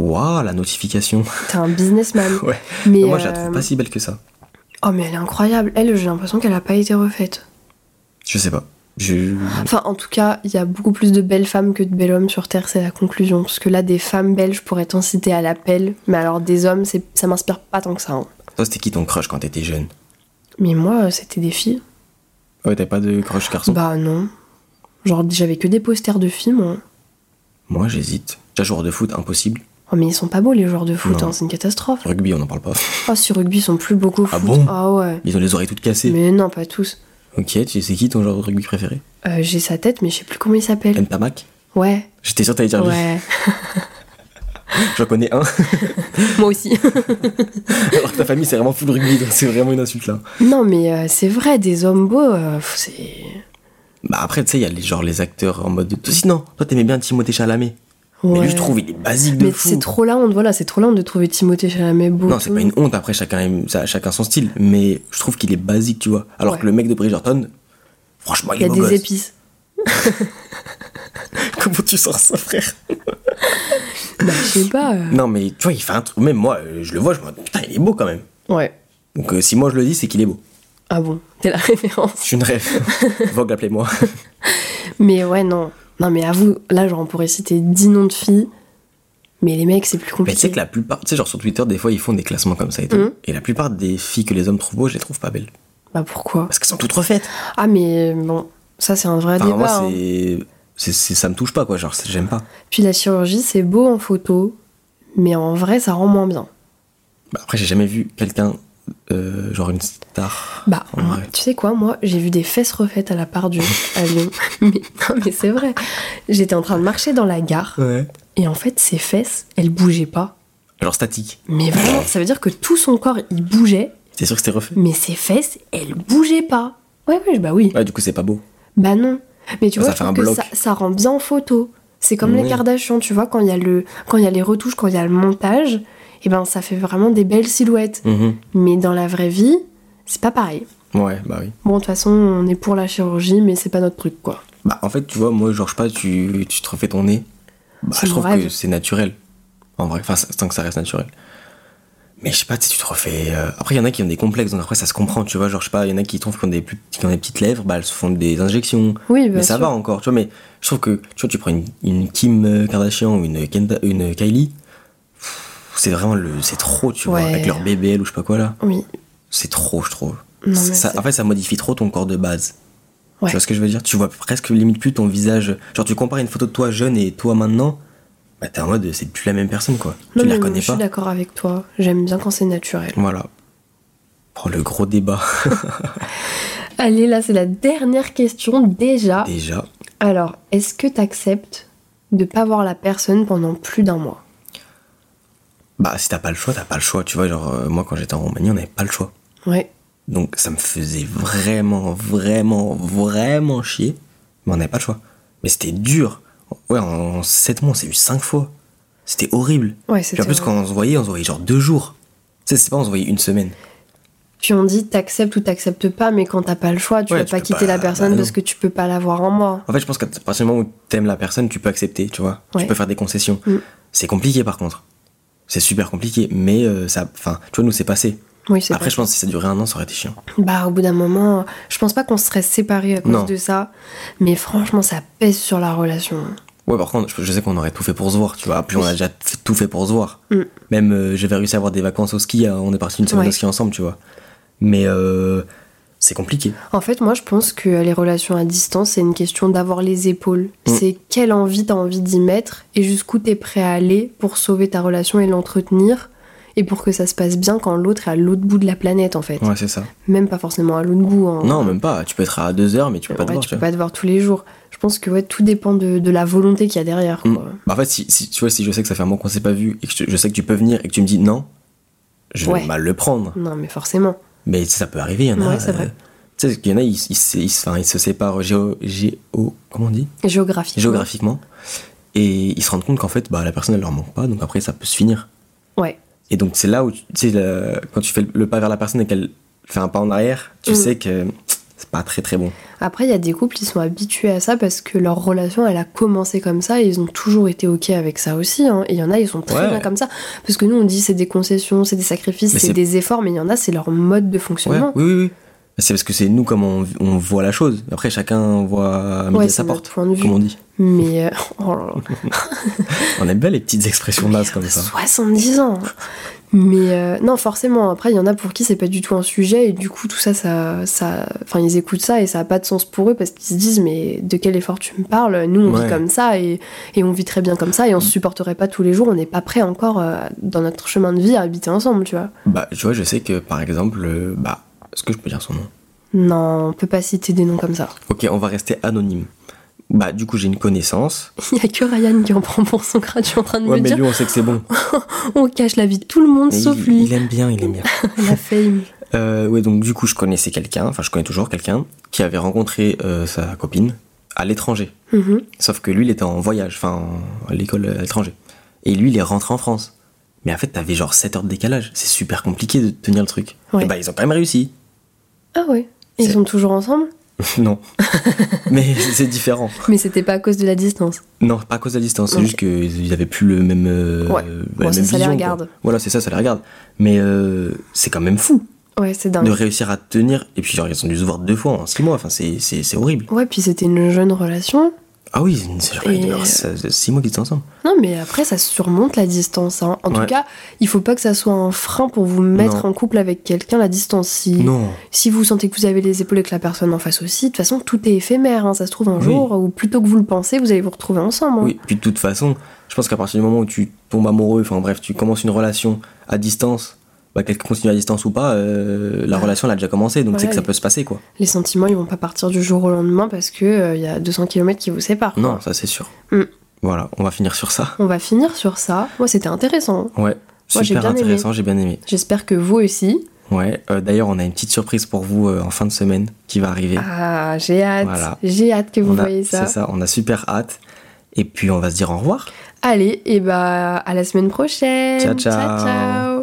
S2: Waouh, la notification.
S1: T'es un businessman.
S2: ouais.
S1: Mais
S2: moi, je la
S1: euh,
S2: trouve pas si belle que ça.
S1: Oh, mais elle est incroyable. Elle, j'ai l'impression qu'elle a pas été refaite.
S2: Je sais pas. Je.
S1: Enfin, en tout cas, il y a beaucoup plus de belles femmes que de belles hommes sur Terre, c'est la conclusion. Parce que là, des femmes belles, je pourrais t'en citer à l'appel. Mais alors, des hommes, c'est- ça m'inspire pas tant que ça. hein.
S2: Toi, c'était qui ton crush quand t'étais jeune
S1: Mais moi, euh, c'était des filles.
S2: Ouais, t'avais pas de crush garçon
S1: Bah, non. Genre, j'avais que des posters de hein. filles, moi.
S2: Moi, j'hésite. Déjà, joueur de foot, impossible.
S1: Oh, mais ils sont pas beaux, les joueurs de foot,
S2: Non.
S1: hein, c'est une catastrophe.
S2: Rugby, on en parle pas.
S1: Oh, sur rugby, ils sont plus beaux qu'au
S2: Ah
S1: foot.
S2: bon
S1: Ah ouais.
S2: Ils ont les oreilles toutes cassées.
S1: Mais non, pas tous.
S2: Ok, tu sais qui ton joueur de rugby préféré
S1: Euh, j'ai sa tête, mais je sais plus comment il s'appelle.
S2: Ntamak
S1: Ouais,
S2: J'étais sûr que t'allais dire lui. [laughs]
S1: ouais.
S2: J'en connais un. [laughs]
S1: Moi aussi. [laughs]
S2: Alors que ta famille, c'est vraiment full rugby, donc c'est vraiment une insulte là.
S1: non, mais euh, c'est vrai, des hommes beaux, euh, pff, c'est.
S2: Bah après, tu sais, il y a les, genre les acteurs en mode. de- Si non, toi t'aimais bien Timothée Chalamet. Mais
S1: Ouais.
S2: lui, je trouve, il est basique de
S1: Mais
S2: fou.
S1: c'est trop la honte, voilà, c'est trop la honte de trouver Timothée Chalamet beau.
S2: Non,
S1: tout.
S2: c'est pas une honte. Après, chacun aime ça, chacun son style. Mais je trouve qu'il est basique, tu vois. Alors
S1: Ouais.
S2: que le mec de Bridgerton, franchement, il
S1: Il y a
S2: est beau
S1: des
S2: gosse.
S1: épices.
S2: [laughs] Comment tu sors ça, frère
S1: Bah, je sais pas.
S2: [laughs]
S1: euh,
S2: Non, mais tu vois, il fait un truc. Même moi, euh, je le vois, je me dis, putain, il est beau quand même.
S1: Ouais.
S2: Donc euh, si moi je le dis, c'est qu'il est beau.
S1: Ah bon, t'es la [laughs] référence.
S2: Je suis
S1: [laughs]
S2: une rêve. Vogue, appelez-moi.
S1: Mais ouais, non. Non, mais avoue, là, genre, on pourrait citer 10 noms de filles, mais les mecs, c'est plus
S2: Mais tu sais
S1: compliqué.
S2: que la plupart, tu sais, genre sur Twitter, des fois ils font des classements comme ça et tout.
S1: Mhm.
S2: Et la plupart des filles que les hommes trouvent beaux, je les trouve pas belles.
S1: Bah, pourquoi
S2: Parce qu'elles sont toutes refaites.
S1: Ah, mais bon, ça, c'est un vrai
S2: Enfin,
S1: débat.
S2: moi,
S1: hein.
S2: c'est. c'est- c'est- Ça me touche pas, quoi. Genre, c'est- j'aime pas.
S1: Puis la chirurgie, c'est beau en photo, mais en vrai, ça rend moins bien.
S2: Bah, après, j'ai jamais vu quelqu'un, euh, genre une star.
S1: Bah,
S2: en
S1: moi,
S2: vrai.
S1: tu sais quoi, moi, j'ai vu des fesses refaites à la part
S2: [laughs]
S1: Dieu à Lyon. [laughs] mais non, mais c'est vrai. J'étais en train de marcher dans la gare,
S2: Ouais.
S1: et en fait, ses fesses, elles bougeaient pas.
S2: Genre statique.
S1: Mais vraiment, ça veut dire que tout son corps, il bougeait,
S2: C'est sûr que c'était refait.
S1: mais ses fesses, elles bougeaient pas. Ouais, ouais, bah oui.
S2: Ouais, du coup, c'est pas beau.
S1: Bah non. Mais tu
S2: Bah,
S1: vois, je
S2: ça fait
S1: trouve que
S2: un bloc.
S1: ça, ça rend bien en photo. C'est comme les
S2: Oui.
S1: Kardashians, tu vois, quand il y, a le- quand il y a les retouches, quand il y a le montage, et ben ça fait vraiment des belles silhouettes.
S2: Mhm.
S1: Mais dans la vraie vie, c'est pas pareil.
S2: Ouais, bah oui.
S1: Bon, de toute façon, on est pour la chirurgie, mais c'est pas notre truc, quoi.
S2: Bah, en fait, tu vois, moi, genre, je sais pas, tu, tu te refais ton nez. Bah,
S1: C'est
S2: je
S1: mon
S2: trouve
S1: rêve.
S2: que c'est naturel. En vrai, enfin, ça- tant que ça reste naturel. Mais je sais pas, tu sais, tu te refais. euh, Après, il y en a qui ont des complexes, donc après, ça se comprend, tu vois. Genre, je sais pas, il y en a qui trouvent qu'on des, plus... qui ont des petites lèvres, bah, elles se font des injections.
S1: Oui, bien
S2: mais ça
S1: sûr.
S2: va encore, tu vois. Mais je trouve que, tu vois, tu prends une, une Kim Kardashian ou une, Kenda- une Kylie, pff, c'est vraiment le. C'est trop, tu vois.
S1: Ouais.
S2: Avec leur BBL ou je sais pas quoi, là.
S1: Oui.
S2: C'est trop, je trouve.
S1: Non, mais
S2: C'est- ça-
S1: c'est-
S2: en fait, ça modifie trop ton corps de base.
S1: Ouais.
S2: Tu vois ce que je veux dire Tu vois presque limite plus ton visage. Genre, tu compares une photo de toi jeune et toi maintenant, bah t'es en mode c'est plus la même personne quoi.
S1: Non,
S2: tu
S1: mais
S2: la reconnais
S1: je suis
S2: pas.
S1: d'accord avec toi. J'aime bien quand c'est naturel.
S2: Voilà. Oh, le gros débat.
S1: Allez, là, c'est la dernière question déjà.
S2: Déjà,
S1: Alors, est-ce que t'acceptes de pas voir la personne pendant plus d'un mois
S2: bah, si t'as pas le choix, t'as pas le choix. Tu vois, genre, euh, moi, quand j'étais en Roumanie, on n'avait pas le choix.
S1: Ouais.
S2: Donc, ça me faisait vraiment, vraiment, vraiment chier. Mais on n'avait pas le choix. Mais c'était dur. Ouais, en 7 mois, on s'est vu 5 fois. C'était horrible.
S1: Ouais,
S2: Puis
S1: c'était.
S2: en plus, quand
S1: horrible.
S2: on se voyait, on se voyait genre 2 jours. Tu sais, c'est pas on se voyait une semaine.
S1: Puis on dit t'acceptes ou t'acceptes pas, mais quand t'as pas le choix, tu
S2: Ouais,
S1: vas
S2: tu
S1: pas
S2: peux
S1: quitter
S2: pas-
S1: la personne
S2: bah,
S1: parce
S2: non.
S1: que tu peux pas la voir en mois.
S2: En fait, je pense qu'à partir du moment où t'aimes la personne, tu peux accepter, tu vois.
S1: Ouais.
S2: Tu peux faire des concessions.
S1: Mm.
S2: C'est compliqué par contre. C'est super compliqué, mais euh, ça. Enfin, tu vois, nous, c'est passé.
S1: Oui, c'est
S2: Après, je pense que si ça durait un an, ça aurait été chiant.
S1: Bah, au bout d'un moment, je pense pas qu'on serait séparés à cause
S2: Non.
S1: de ça, mais franchement, ça pèse sur la relation.
S2: Ouais, par contre, je, je sais qu'on aurait tout fait pour se voir, tu vois. Puis on
S1: Oui.
S2: a déjà fait- tout fait pour se voir.
S1: Mm.
S2: Même euh, j'avais réussi à avoir des vacances au ski, euh, on est parti une semaine
S1: Ouais.
S2: au ski ensemble, tu vois. Mais euh, c'est compliqué.
S1: En fait, moi, je pense que les relations à distance, c'est une question d'avoir les épaules.
S2: Mm.
S1: C'est quelle envie t'as envie d'y mettre et jusqu'où t'es prêt à aller pour sauver ta relation et l'entretenir et pour que ça se passe bien quand l'autre est à l'autre bout de la planète, en fait.
S2: Ouais, c'est ça.
S1: Même pas forcément à l'autre bout. hein.
S2: Non, même pas. Tu peux être à deux heures, mais tu peux pas te
S1: Ouais,
S2: voir,
S1: tu
S2: tu
S1: peux
S2: vois.
S1: pas te voir tous les jours. Je pense que ouais, tout dépend de, de la volonté qu'il y a derrière. Quoi.
S2: Mm. Bah, en fait, si, si- tu vois, si je sais que ça fait un moment qu'on s'est pas vu et que je, je sais que tu peux venir et que tu me dis non, je
S1: Ouais.
S2: vais mal le prendre.
S1: Non, mais forcément.
S2: Mais tu sais, ça peut arriver, il y en a. euh,
S1: Ouais, c'est vrai.
S2: Tu sais, il y en a, ils, ils se- ils se- enfin, ils se séparent géo, géo- comment on dit
S1: Géographiquement.
S2: géographiquement. Et ils se rendent compte qu'en fait, bah, la personne, elle leur manque pas, donc après, ça peut se finir.
S1: Ouais.
S2: Et donc, c'est là où, tu tu sais, le- quand tu fais le, le pas vers la personne et qu'elle fait un pas en arrière, tu
S1: Mm.
S2: sais que c'est pas très très bon.
S1: Après, il y a des couples qui sont habitués à ça parce que leur relation, elle a commencé comme ça et ils ont toujours été OK avec ça aussi. hein. Et il y en a, ils sont très
S2: Ouais.
S1: bien comme ça. Parce que nous, on dit c'est des concessions, c'est des sacrifices,
S2: Mais
S1: c'est
S2: c'est-
S1: des efforts, mais il y en a, c'est leur mode de
S2: Ouais,
S1: fonctionnement.
S2: oui, oui, oui. Bah, C'est parce que c'est nous comment on, on voit la chose. Après, chacun voit midi
S1: Ouais,
S2: à sa
S1: c'est notre
S2: porte,
S1: point de vue.
S2: comme on dit.
S1: Mais. euh, [laughs] Oh là là.
S2: On aime bien les petites expressions
S1: Mais,
S2: nasses comme
S1: euh,
S2: ça.
S1: 70 ans hein. Mais euh, non, forcément, après, il y en a pour qui c'est pas du tout un sujet et du coup, tout ça, ça. ça... Enfin, ils écoutent ça et ça a pas de sens pour eux parce qu'ils se disent, mais de quel effort tu me parles Nous, on vit
S2: Ouais. Mm.
S1: comme ça et, et on vit très bien comme ça et on se supporterait pas tous les jours, on n'est pas prêt encore euh, dans notre chemin de vie à habiter ensemble, tu vois.
S2: Bah, tu vois, je sais que par exemple, euh, bah, est-ce que je peux dire son nom
S1: Non, on peut pas citer des noms comme ça. [laughs]
S2: Ok, on va rester anonyme. Bah, du coup, j'ai une connaissance.
S1: Il y a que Ryan qui en prend pour son grade, je suis en train de
S2: Ouais,
S1: me
S2: mais
S1: dire,
S2: lui, on sait que c'est bon.
S1: [laughs] on cache la vie de tout le monde
S2: Mais
S1: sauf
S2: il,
S1: lui.
S2: il aime bien, il aime bien.
S1: [laughs] La fame.
S2: Euh, ouais, donc du coup, je connaissais quelqu'un, enfin, je connais toujours quelqu'un qui avait rencontré euh, sa copine à l'étranger.
S1: Mhm.
S2: Sauf que lui, il était en voyage, enfin, en- à l'école euh, à l'étranger. Et lui, il est rentré en France. Mais en fait, t'avais genre 7 heures de décalage. C'est super compliqué de tenir le truc.
S1: Ouais.
S2: Et bah, ils ont quand même réussi. [laughs]
S1: Ah ouais. Ils
S2: C'est-
S1: sont toujours ensemble [laughs]
S2: non. Mais c'est différent.
S1: Mais c'était pas à cause de la distance.
S2: Non, pas à cause de la distance, c'est
S1: Ok.
S2: juste qu'ils avaient plus le même. euh,
S1: Ouais.
S2: la
S1: Bon, ça,
S2: même
S1: ça les
S2: vision, quoi.
S1: regarde.
S2: Voilà, c'est ça, ça les regarde. Mais euh, c'est quand même fou
S1: Ouais, c'est
S2: de
S1: dingue.
S2: réussir à tenir. Et puis, genre, ils ont dû se voir deux fois en six mois. Enfin, c'est- c'est c'est horrible.
S1: Ouais, puis c'était une jeune relation.
S2: Ah oui, c'est- c'est genre,
S1: Et- euh,
S2: il doit y avoir ça- ça- six mois qu'ils étaient ensemble.
S1: Non, mais après, ça surmonte la distance. hein. En tout
S2: Ouais.
S1: cas, il faut pas que ça soit un frein pour vous mettre
S2: Non.
S1: en couple avec quelqu'un, la distance. Si,
S2: Non.
S1: si vous sentez que vous avez les épaules et que la personne en face aussi, de toute façon, tout est éphémère. hein. Ça se trouve un
S2: Oui.
S1: jour, ou plutôt que vous le pensez, vous allez vous retrouver ensemble. hein.
S2: Oui, puis de toute façon, je pense qu'à partir du moment où tu tombes amoureux, enfin bref, tu commences une relation à distance, bah, qu'elle continue à distance ou pas, euh, la
S1: Ah.
S2: relation elle a déjà commencé, donc c'est
S1: Ouais.
S2: que ça peut se passer quoi.
S1: Les sentiments, ils vont pas partir du jour au lendemain parce que euh, y a 200 km qui vous séparent.
S2: Non,
S1: quoi.
S2: ça c'est sûr.
S1: Mm.
S2: Voilà, on va finir sur ça.
S1: On va finir sur ça. Moi, c'était intéressant.
S2: Ouais,
S1: j'ai
S2: super
S1: bien aimé.
S2: intéressant, j'ai bien aimé.
S1: J'espère que vous aussi.
S2: Ouais, euh, d'ailleurs, on a une petite surprise pour vous euh, en fin de semaine qui va arriver.
S1: Ah, j'ai hâte.
S2: Voilà.
S1: J'ai hâte que vous
S2: On a-
S1: voyez
S2: C'est ça, on a super hâte. Et puis on va se dire au revoir.
S1: Allez, et bah à la semaine prochaine.
S2: Ciao, ciao.
S1: ciao.